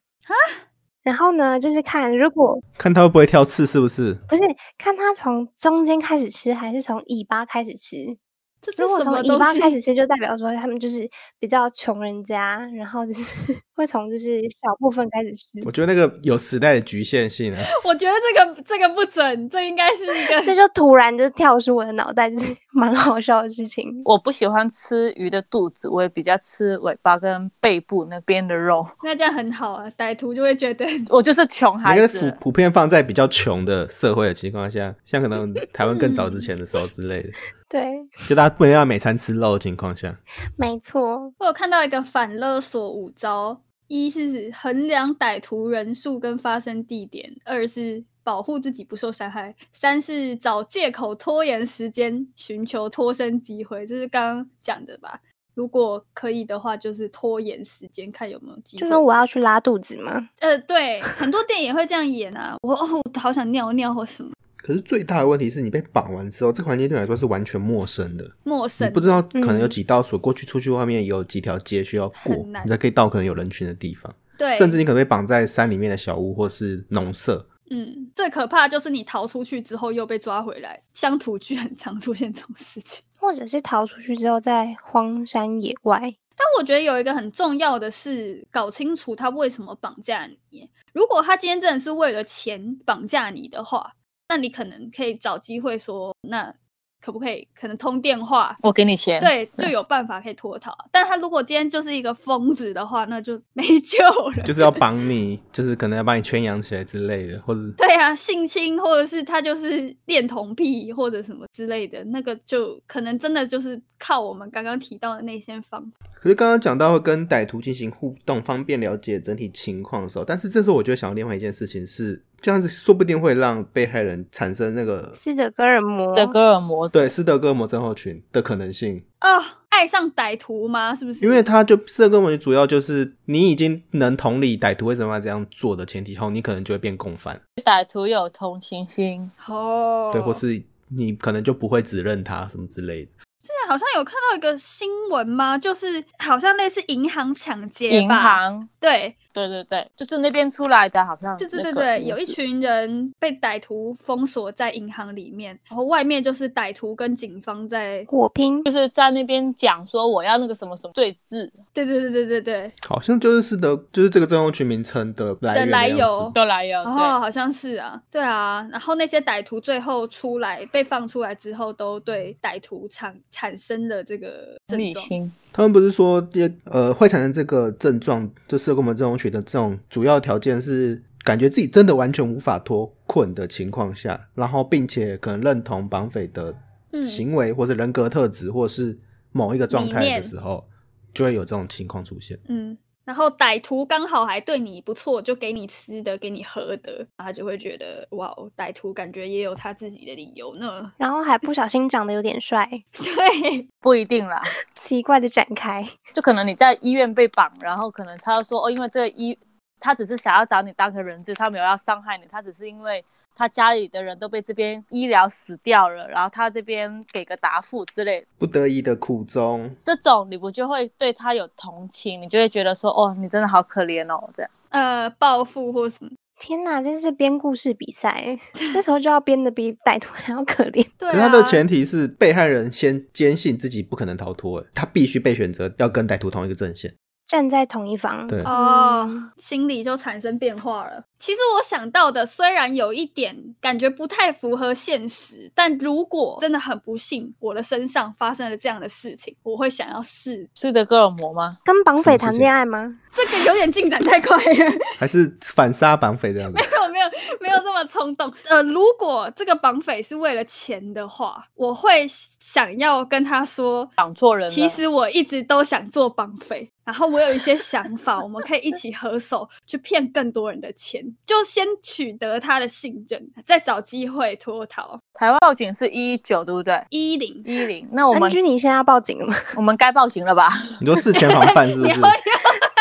[SPEAKER 5] 然后呢，就是看如果
[SPEAKER 4] 看他会不会挑刺，是不是？
[SPEAKER 5] 不是看他从中间开始吃，还是从尾巴开始吃。
[SPEAKER 2] 这是
[SPEAKER 5] 如果
[SPEAKER 2] 什
[SPEAKER 5] 从
[SPEAKER 2] 么
[SPEAKER 5] 尾
[SPEAKER 2] 东
[SPEAKER 5] 巴
[SPEAKER 2] 西？
[SPEAKER 5] 开始吃，就代表说他们就是比较穷人家，然后就是 会从就是小部分开始吃。
[SPEAKER 4] 我觉得那个有时代的局限性啊。
[SPEAKER 2] 我觉得这个这个不准，这应该是一
[SPEAKER 5] 这
[SPEAKER 2] 个
[SPEAKER 5] 就突然就跳出我的脑袋，就是 蛮好笑的事情。
[SPEAKER 3] 我不喜欢吃鱼的肚子，我也比较吃尾巴跟背部那边的肉。
[SPEAKER 2] 那这样很好啊，歹徒就会觉得
[SPEAKER 3] 我就是穷
[SPEAKER 4] 那
[SPEAKER 3] 孩
[SPEAKER 4] 个普
[SPEAKER 3] 子，
[SPEAKER 4] 普遍放在比较穷的社会的情况下，像可能台湾更早之前的时候之类的，
[SPEAKER 5] 对，
[SPEAKER 4] 就大家不能让每餐吃肉的情况下，
[SPEAKER 5] 没错，
[SPEAKER 2] 我有看到一个反勒索五招：一是衡量歹徒人数跟发生地点；二是保护自己不受伤害；三是找借口拖延时间，寻求脱身机会。这是刚刚讲的吧？如果可以的话，就是拖延时间，看有没有机会。
[SPEAKER 5] 就说我要去拉肚子嘛。
[SPEAKER 2] 呃，对，很多电影也会这样演啊。我哦，我好想尿尿或什么
[SPEAKER 4] 可是最大的问题是你被绑完之后，这个环境对你来说是完全陌生的，
[SPEAKER 2] 陌
[SPEAKER 4] 你
[SPEAKER 2] 生，
[SPEAKER 4] 不知道可能有
[SPEAKER 5] 嗯
[SPEAKER 4] 几道锁，过去出去外面有几条街需要过，
[SPEAKER 2] 很难
[SPEAKER 4] 你才可以到可能有人群的地方，
[SPEAKER 2] 对，
[SPEAKER 4] 甚至你可能被绑在山里面的小屋或是农舍。
[SPEAKER 2] 嗯，最可怕就是你逃出去之后又被抓回来，乡土剧很常出现这种事情。
[SPEAKER 5] 或者是逃出去之后，在荒山野外，
[SPEAKER 2] 但我觉得有一个很重要的是搞清楚他为什么绑架你。如果他今天真的是为了钱绑架你的话，那你可能可以找机会说，那可不可以可能通电话，
[SPEAKER 3] 我给你钱。，
[SPEAKER 2] 对，就有办法可以脱逃。但他如果今天就是一个疯子的话，那就没救了。
[SPEAKER 4] 就是要绑你，就是可能要把你圈养起来之类的， 或者
[SPEAKER 2] 对啊，性侵或者是他就是恋童癖或者什么之类的，那个就可能真的就是靠我们刚刚提到的那些方法。
[SPEAKER 4] 可是刚刚讲到会跟歹徒进行互动，方便了解整体情况的时候，但是这时候我就想到另外一件事情是，这样子说不定会让被害人产生那个
[SPEAKER 5] 斯德哥尔摩，
[SPEAKER 3] 的戈尔摩
[SPEAKER 4] 哦对斯德哥尔摩症候群的可能性，
[SPEAKER 2] 哦，爱上歹徒吗？是不是？
[SPEAKER 4] 因为他就斯德哥尔摩群主要就是你已经能同理歹徒为什么要这样做的前提后，你可能就会变共犯，
[SPEAKER 3] 歹徒有同情心，
[SPEAKER 2] 哦，
[SPEAKER 4] 对，或是你可能就不会指认他什么之类的。
[SPEAKER 2] 现在好像有看到一个新闻吗？就是好像类似银行抢劫
[SPEAKER 3] 银
[SPEAKER 2] 吧？
[SPEAKER 3] 行，
[SPEAKER 2] 对，
[SPEAKER 3] 对对对，就是那边出来的，好像
[SPEAKER 2] 对对
[SPEAKER 3] 那
[SPEAKER 2] 对
[SPEAKER 3] 个
[SPEAKER 2] 对，
[SPEAKER 3] 名
[SPEAKER 2] 有一
[SPEAKER 3] 字
[SPEAKER 2] 群人被歹徒封锁在银行里面，然后外面就是歹徒跟警方在，
[SPEAKER 5] 火拼
[SPEAKER 3] 就是在那边讲说我要那个什么什么对峙
[SPEAKER 2] 对对对对对对，
[SPEAKER 4] 好像就是斯德，就是这个症候群名称的来源
[SPEAKER 2] 的来
[SPEAKER 4] 的样子
[SPEAKER 2] 由
[SPEAKER 3] 都来有，
[SPEAKER 2] 哦，
[SPEAKER 3] 对，
[SPEAKER 2] 好像是啊，对啊。然后那些歹徒最后出来被放出来之后，都对歹徒产产生了这个
[SPEAKER 3] 同
[SPEAKER 2] 症
[SPEAKER 3] 理
[SPEAKER 2] 状。
[SPEAKER 3] 心，
[SPEAKER 4] 他们不是说，呃，会产生这个症状，就社工们这种血的这种主要条件是感觉自己真的完全无法脱困的情况下，然后并且可能认同绑匪的
[SPEAKER 2] 嗯
[SPEAKER 4] 行为，或是人格特质，或是某一个状
[SPEAKER 2] 理
[SPEAKER 4] 态
[SPEAKER 2] 念
[SPEAKER 4] 的时候，就会有这种情况出现。
[SPEAKER 2] 嗯，然后歹徒刚好还对你不错，就给你吃的，给你喝的，然后他就会觉得哇哦，歹徒感觉也有他自己的理由 呢。
[SPEAKER 5] 然后还不小心长得有点帅，
[SPEAKER 2] 对，
[SPEAKER 3] 不一定啦，
[SPEAKER 5] 奇怪的展开。
[SPEAKER 3] 就可能你在医院被绑，然后可能他就说哦，因为这个医他只是想要找你当个人质，他没有要伤害你，他只是因为。他家里的人都被这边医疗死掉了，然后他这边给个答复之类的
[SPEAKER 4] 不得已的苦衷，
[SPEAKER 3] 这种你不就会对他有同情，你就会觉得说，哦，你真的好可怜哦，这样。
[SPEAKER 2] 呃，报复或什么。
[SPEAKER 5] 天哪，这是编故事比赛，这时候就要编的比歹徒还要可怜。
[SPEAKER 2] 对、
[SPEAKER 4] 可
[SPEAKER 2] 啊，
[SPEAKER 4] 是他的前提是被害人先坚信自己不可能逃脱，欸他必须被选择要跟歹徒同一个阵线。
[SPEAKER 5] 站在同一方。
[SPEAKER 4] 对
[SPEAKER 2] 哦
[SPEAKER 5] 嗯，
[SPEAKER 2] 心里就产生变化了。其实我想到的虽然有一点感觉不太符合现实，但如果真的很不幸，我的身上发生了这样的事情，我会想要试。
[SPEAKER 3] 是德哥尔摩吗？
[SPEAKER 5] 跟绑
[SPEAKER 4] 什
[SPEAKER 5] 匪
[SPEAKER 4] 么事
[SPEAKER 5] 谈
[SPEAKER 4] 情
[SPEAKER 5] 恋爱吗？
[SPEAKER 2] 这个有点进展太快了，
[SPEAKER 4] 还是反杀绑匪这样子？
[SPEAKER 2] 我没有没有这么冲动。呃，如果这个绑匪是为了钱的话，我会想要跟他说，
[SPEAKER 3] 绑错人了。
[SPEAKER 2] 其实我一直都想做绑匪，然后我有一些想法，我们可以一起合手去骗更多人的钱，就先取得他的信任，再找机会脱逃。
[SPEAKER 3] 台湾报警是一一九，对不对？
[SPEAKER 2] 一零，
[SPEAKER 3] 一零，那我
[SPEAKER 5] 安
[SPEAKER 3] 们
[SPEAKER 5] 居，你现在要报警了吗？
[SPEAKER 3] 我们该报警了吧？
[SPEAKER 4] 你说事前防范是不
[SPEAKER 2] 你
[SPEAKER 4] 是
[SPEAKER 2] 要？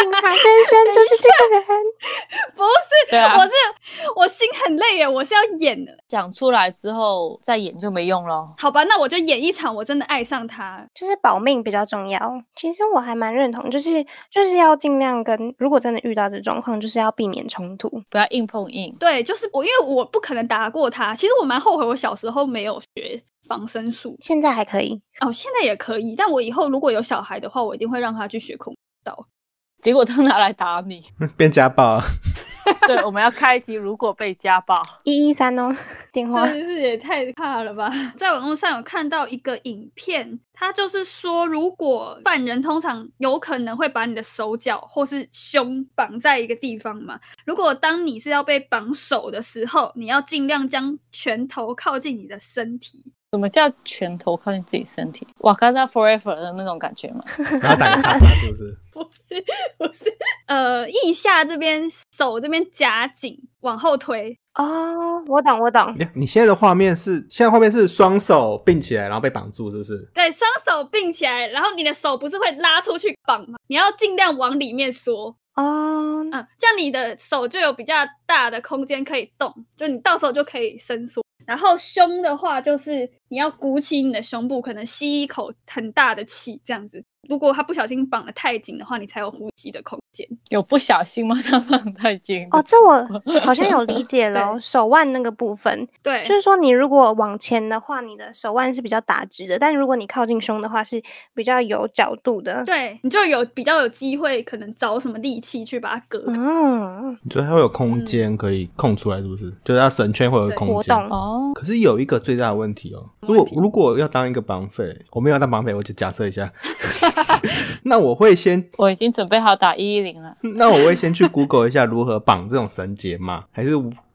[SPEAKER 5] 警察先生就是这个人。
[SPEAKER 2] 不是？
[SPEAKER 3] 对啊
[SPEAKER 2] 我是我心很累耶，我是要演的。
[SPEAKER 3] 讲出来之后再演就没用咯。
[SPEAKER 2] 好吧，那我就演一场，我真的爱上他。
[SPEAKER 5] 就是保命比较重要。其实我还蛮认同，就是就是要尽量跟，如果真的遇到这状况，就是要避免冲突。
[SPEAKER 3] 不要硬碰硬。
[SPEAKER 2] 对，就是我，因为我不可能打过他。其实我蛮后悔，我小时候没有学防身术。
[SPEAKER 5] 现在还可以，
[SPEAKER 2] 哦，现在也可以，但我以后如果有小孩的话，我一定会让他去学空。
[SPEAKER 3] 结果他拿来打你。
[SPEAKER 4] 变家暴啊？
[SPEAKER 3] 对，我们要开一集，如果被家暴，
[SPEAKER 5] 一一三哦，电话
[SPEAKER 2] 真是也太怕了吧！在网络上有看到一个影片，它就是说，如果犯人通常有可能会把你的手脚或是胸绑在一个地方嘛，如果当你是要被绑手的时候，你要尽量将拳头靠近你的身体，
[SPEAKER 3] 什么叫拳头靠近自己身体？哇，刚才 forever 的那种感觉嘛。
[SPEAKER 4] 然后打个叉叉是不是？
[SPEAKER 2] 不是不是，呃，腋下这边手这边夹紧，往后推，
[SPEAKER 5] 哦，我懂我懂，
[SPEAKER 4] 你你现在的画面是现在画面是双手并起来，然后被绑住，是不是？
[SPEAKER 2] 对，双手并起来，然后你的手不是会拉出去绑吗？你要尽量往里面缩，
[SPEAKER 5] 哦，
[SPEAKER 2] 嗯，这样你的手就有比较大的空间可以动，就你到时候就可以伸缩。然后胸的话，就是你要鼓起你的胸部，可能吸一口很大的气，这样子。如果他不小心绑得太紧的话，你才有呼吸的空间。
[SPEAKER 3] 有不小心吗？他放太近。
[SPEAKER 5] 哦，这我好像有理解
[SPEAKER 2] 啊 对
[SPEAKER 5] 了。手腕那个部分，
[SPEAKER 2] 对，
[SPEAKER 5] 就是说你如果往前的话，你的手腕是比较打直的，但如果你靠近胸的话，是比较有角度的。
[SPEAKER 2] 对，你就有比较有机会，可能找什么利器去把它隔开。
[SPEAKER 5] 嗯，
[SPEAKER 4] 你觉得它会有空间可以空出来，是不是？就是它绳圈会有空
[SPEAKER 5] 活
[SPEAKER 4] 间。
[SPEAKER 5] 动
[SPEAKER 3] 哦，
[SPEAKER 4] 可是有一个最大的问题哦，如果如果要当一个绑匪，我没有要当绑匪，我就假设一下， 那我会先，
[SPEAKER 3] 我已经准备好打一一零了。
[SPEAKER 4] 那我会先去 Google 一下如何绑这种绳结吗？还是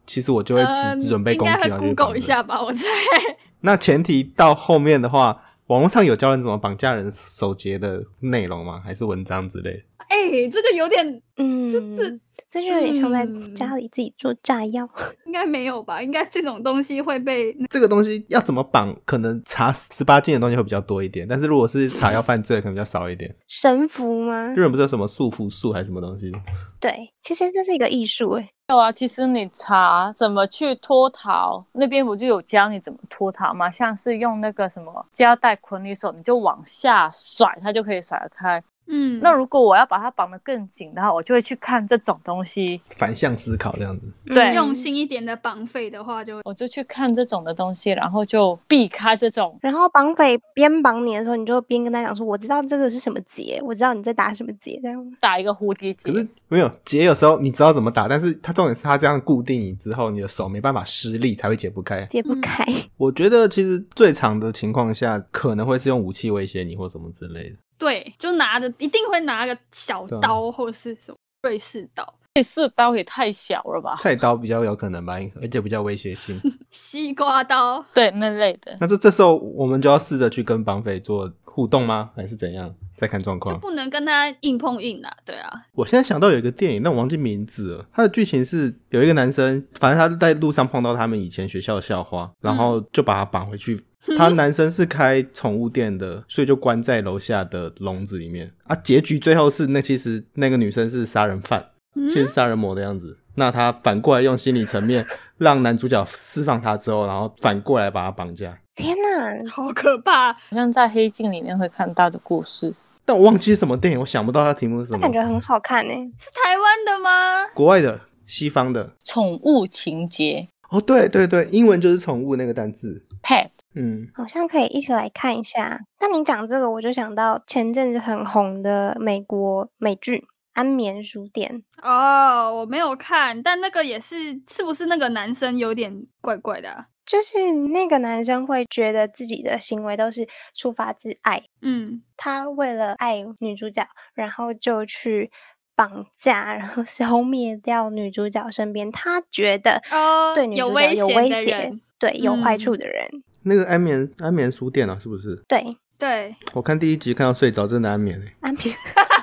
[SPEAKER 4] 其实我就会
[SPEAKER 2] 呃，
[SPEAKER 4] 只只准备
[SPEAKER 2] 应
[SPEAKER 4] 工具
[SPEAKER 2] 该会
[SPEAKER 4] 然后就去绑
[SPEAKER 2] Google 一
[SPEAKER 4] 着
[SPEAKER 2] 下吧，我猜。
[SPEAKER 4] 那前提到后面的话，网络上有教人怎么绑架人手结的内容吗？还是文章之类的？
[SPEAKER 2] 哎、这个有点
[SPEAKER 5] 嗯，
[SPEAKER 2] 这这
[SPEAKER 5] 这就有点像在家
[SPEAKER 2] 嗯
[SPEAKER 5] 里自己做炸药。
[SPEAKER 2] 应该没有吧？应该这种东西会被那
[SPEAKER 4] 这个东西要怎么绑，可能查十八禁的东西会比较多一点，但是如果是查要犯罪，可能比较少一点。
[SPEAKER 5] 神符吗
[SPEAKER 4] 日？本不是有什么束缚术还是什么东西？
[SPEAKER 5] 对，其实这是一个艺术欸诶。
[SPEAKER 3] 有啊，其实你查怎么去脱逃，那边不就有教你怎么脱逃吗？像是用那个什么胶带捆你手，你就往下甩，它就可以甩得开。
[SPEAKER 2] 嗯，
[SPEAKER 3] 那如果我要把它绑得更紧的话，我就会去看这种东西，
[SPEAKER 4] 反向思考这样子。
[SPEAKER 3] 对
[SPEAKER 2] 嗯用心一点的绑匪的话就，
[SPEAKER 3] 我就去看这种的东西，然后就避开这种。
[SPEAKER 5] 然后绑匪边绑你的时候，你就边跟他讲说：“我知道这个是什么结，我知道你在打什么结。”这样
[SPEAKER 3] 打一个蝴蝶结
[SPEAKER 4] 可，是没有结，有时候你知道怎么打，但是它重点是它这样固定你之后，你的手没办法施力才会解不开。
[SPEAKER 5] 解不
[SPEAKER 2] 嗯
[SPEAKER 5] 开。
[SPEAKER 4] 我觉得其实最常的情况下，可能会是用武器威胁你或什么之类的。
[SPEAKER 2] 对，就拿着一定会拿个小
[SPEAKER 4] 对啊
[SPEAKER 2] 刀或是什么瑞士刀、
[SPEAKER 3] 这四刀也太小了吧？
[SPEAKER 4] 菜刀比较有可能吧，而且比较威胁性。
[SPEAKER 2] 西瓜刀。
[SPEAKER 3] 对，那类的。
[SPEAKER 4] 那这这时候我们就要试着去跟绑匪做互动吗？还是怎样？再看状
[SPEAKER 2] 就
[SPEAKER 4] 况。
[SPEAKER 2] 不能跟他硬碰硬啦、对啊，
[SPEAKER 4] 我现在想到有一个电影，但我忘记名字了。它的剧情是有一个男生，反正他在路上碰到他们以前学校的校花，然后就把他绑回去。
[SPEAKER 5] 嗯
[SPEAKER 4] 他男生是开宠物店的，所以就关在楼下的笼子里面啊。结局最后是那其实那个女生是杀人犯，
[SPEAKER 2] 嗯
[SPEAKER 4] 其实杀人魔的样子。那他反过来用心理层面让男主角释放他之后，然后反过来把他绑架。
[SPEAKER 5] 天哪，
[SPEAKER 2] 好可怕！
[SPEAKER 3] 好像在黑镜里面会看到的故事，
[SPEAKER 4] 但我忘记是什么电影，我想不到它题目是什
[SPEAKER 5] 那
[SPEAKER 4] 么。
[SPEAKER 5] 感觉很好看欸诶。
[SPEAKER 2] 是台湾的吗？
[SPEAKER 4] 国外的、西方的。
[SPEAKER 3] 宠物情节
[SPEAKER 4] 哦，对对对，英文就是宠物那个单字。
[SPEAKER 3] pet，
[SPEAKER 4] 嗯，
[SPEAKER 5] 好像可以一起来看一下。那你讲这个，我就想到前阵子很红的美国美剧《安眠书店
[SPEAKER 2] 哦，我没有看，但那个也是，是不是那个男生有点怪怪的、啊？》，
[SPEAKER 5] 就是那个男生会觉得自己的行为都是出发自爱，
[SPEAKER 2] 嗯，
[SPEAKER 5] 他为了爱女主角，然后就去绑架，然后 消灭掉女主角身边他觉得
[SPEAKER 2] 哦，
[SPEAKER 5] 对女
[SPEAKER 2] 有
[SPEAKER 5] 主角
[SPEAKER 2] 危
[SPEAKER 5] 有
[SPEAKER 2] 险
[SPEAKER 5] 威
[SPEAKER 2] 的
[SPEAKER 5] 胁
[SPEAKER 2] 人，，
[SPEAKER 5] 对有坏处
[SPEAKER 2] 嗯
[SPEAKER 5] 的人，
[SPEAKER 4] 那个安眠安眠书店啊，是不是？
[SPEAKER 5] 对
[SPEAKER 2] 对，
[SPEAKER 4] 我看第一集看到睡着，真的安眠嘞、欸
[SPEAKER 5] 安眠。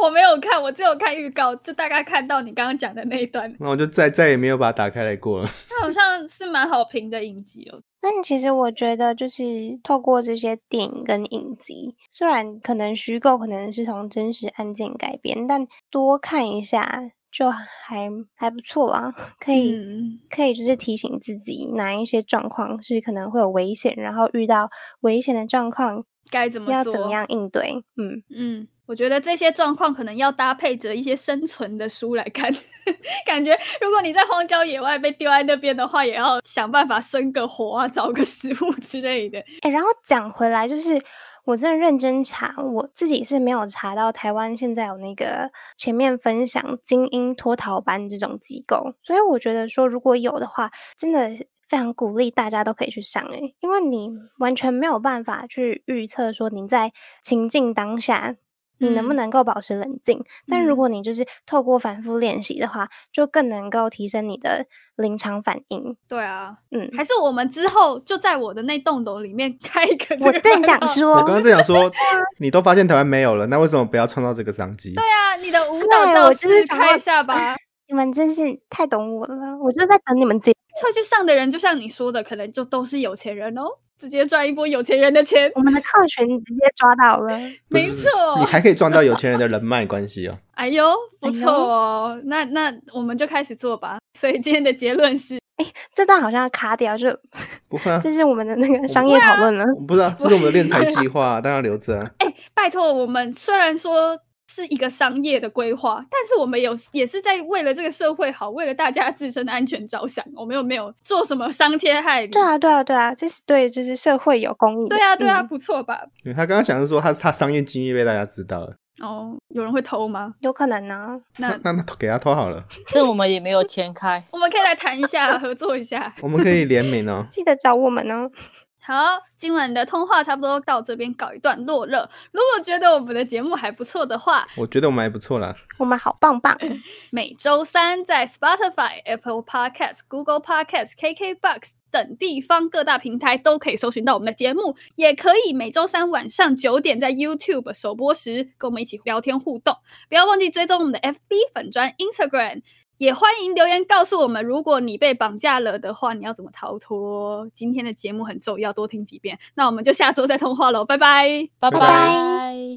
[SPEAKER 2] 我没有看，我只有看预告，就大概看到你刚刚讲的那一段。
[SPEAKER 4] 那我就再再也没有把它打开来过了。
[SPEAKER 2] 它好像是蛮好评的影集哦。
[SPEAKER 5] 但其实我觉得，就是透过这些电影跟影集，虽然可能虚构，可能是从真实案件改编，但多看一下就还还不错啦。可以、
[SPEAKER 2] 嗯，
[SPEAKER 5] 可以就是提醒自己，哪一些状况是可能会有危险，然后遇到危险的状况
[SPEAKER 2] 该怎么
[SPEAKER 5] 要
[SPEAKER 2] 做？
[SPEAKER 5] 怎么样应对。嗯，
[SPEAKER 2] 嗯，我觉得这些状况可能要搭配着一些生存的书来看， 感觉如果你在荒郊野外被丢在那边的话，也要想办法生个火啊，找个食物之类的。
[SPEAKER 5] 哎、然后讲回来，就是我真的认真查，我自己是没有查到台湾现在有那个前面分享精英脱逃班这种机构，所以我觉得说如果有的话，真的非常鼓励大家都可以去上诶、因为你完全没有办法去预测说你在情境当下。你能不
[SPEAKER 2] 嗯
[SPEAKER 5] 能够保持冷静？但如
[SPEAKER 2] 嗯
[SPEAKER 5] 果你就是透过反复练习的话，就更能够提升你的临场反应。
[SPEAKER 2] 对啊，
[SPEAKER 5] 嗯，
[SPEAKER 2] 还是我们之后就在我的那栋楼里面开一个。
[SPEAKER 5] 我正想
[SPEAKER 2] 说，
[SPEAKER 5] 说，
[SPEAKER 4] 我刚刚正想说， 你都发现台湾没有了，那为什么不要创造这个商机？
[SPEAKER 2] 对啊，你的舞
[SPEAKER 5] 对
[SPEAKER 2] 蹈
[SPEAKER 5] 我
[SPEAKER 2] 教
[SPEAKER 5] 就是
[SPEAKER 2] 师
[SPEAKER 5] 想
[SPEAKER 2] 开
[SPEAKER 5] 要
[SPEAKER 2] 一下 吧。
[SPEAKER 5] 你们真是太懂我了，我就在等你们接。
[SPEAKER 2] 会去上的人，就像你说的，可能就都是有钱人哦，直接赚一波有钱人的钱。
[SPEAKER 5] 我们的客群直接抓到了，
[SPEAKER 4] 不是
[SPEAKER 2] 没错
[SPEAKER 4] 你还可以赚到有钱人的人脉关系哦。
[SPEAKER 2] 哎呦，
[SPEAKER 5] 哎
[SPEAKER 2] 不
[SPEAKER 5] 呦
[SPEAKER 2] 错哦，那那我们就开始做吧。 所以今天的结论是，
[SPEAKER 5] 这段好像要卡掉，就
[SPEAKER 4] 不会啊，
[SPEAKER 5] 这是我们的那个商业讨
[SPEAKER 2] 啊
[SPEAKER 5] 论了。
[SPEAKER 4] 我不知道，这是我们的敛财计划、当然留着、啊。
[SPEAKER 2] 哎，拜托，我们虽然说是一个商业的规划，但是我们有也是在为了这个社会好，为了大家自身的安全着想，我们又没有做什么伤天害理。
[SPEAKER 5] 对，啊，对啊，对啊，这是对，就是社会有公益的。
[SPEAKER 2] 对啊，对啊，
[SPEAKER 5] 嗯
[SPEAKER 2] 不错吧？
[SPEAKER 4] 因为他刚刚想是说他他商业机密被大家知道了，
[SPEAKER 2] 哦，有人会偷吗？
[SPEAKER 5] 有可能呢、
[SPEAKER 2] 那
[SPEAKER 4] 那那给他偷好了，
[SPEAKER 3] 但我们也没有钱开。
[SPEAKER 2] 我们可以来谈一下，合作一下。
[SPEAKER 4] 我们可以联名哦。
[SPEAKER 5] 记得找我们哦。
[SPEAKER 2] 好，今晚的通话差不多到这边告一段落了。如果觉得我们的节目还不错的话，
[SPEAKER 4] 我觉得我们还不错啦，
[SPEAKER 5] 我们好棒棒，
[SPEAKER 2] 每周三在 Spotify、Apple Podcast、Google Podcast、KKBox 等地方各大平台都可以搜寻到我们的节目，也可以每周三晚上九点在 YouTube 首播时跟我们一起聊天互动。不要忘记追踪我们的 FB 粉砖 Instagram。也欢迎留言告诉我们，如果你被绑架了的话，你要怎么逃脱？今天的节目很重要，多听几遍。那我们就下周再通话喽，拜拜。
[SPEAKER 3] 拜
[SPEAKER 4] 拜
[SPEAKER 5] 拜
[SPEAKER 3] 拜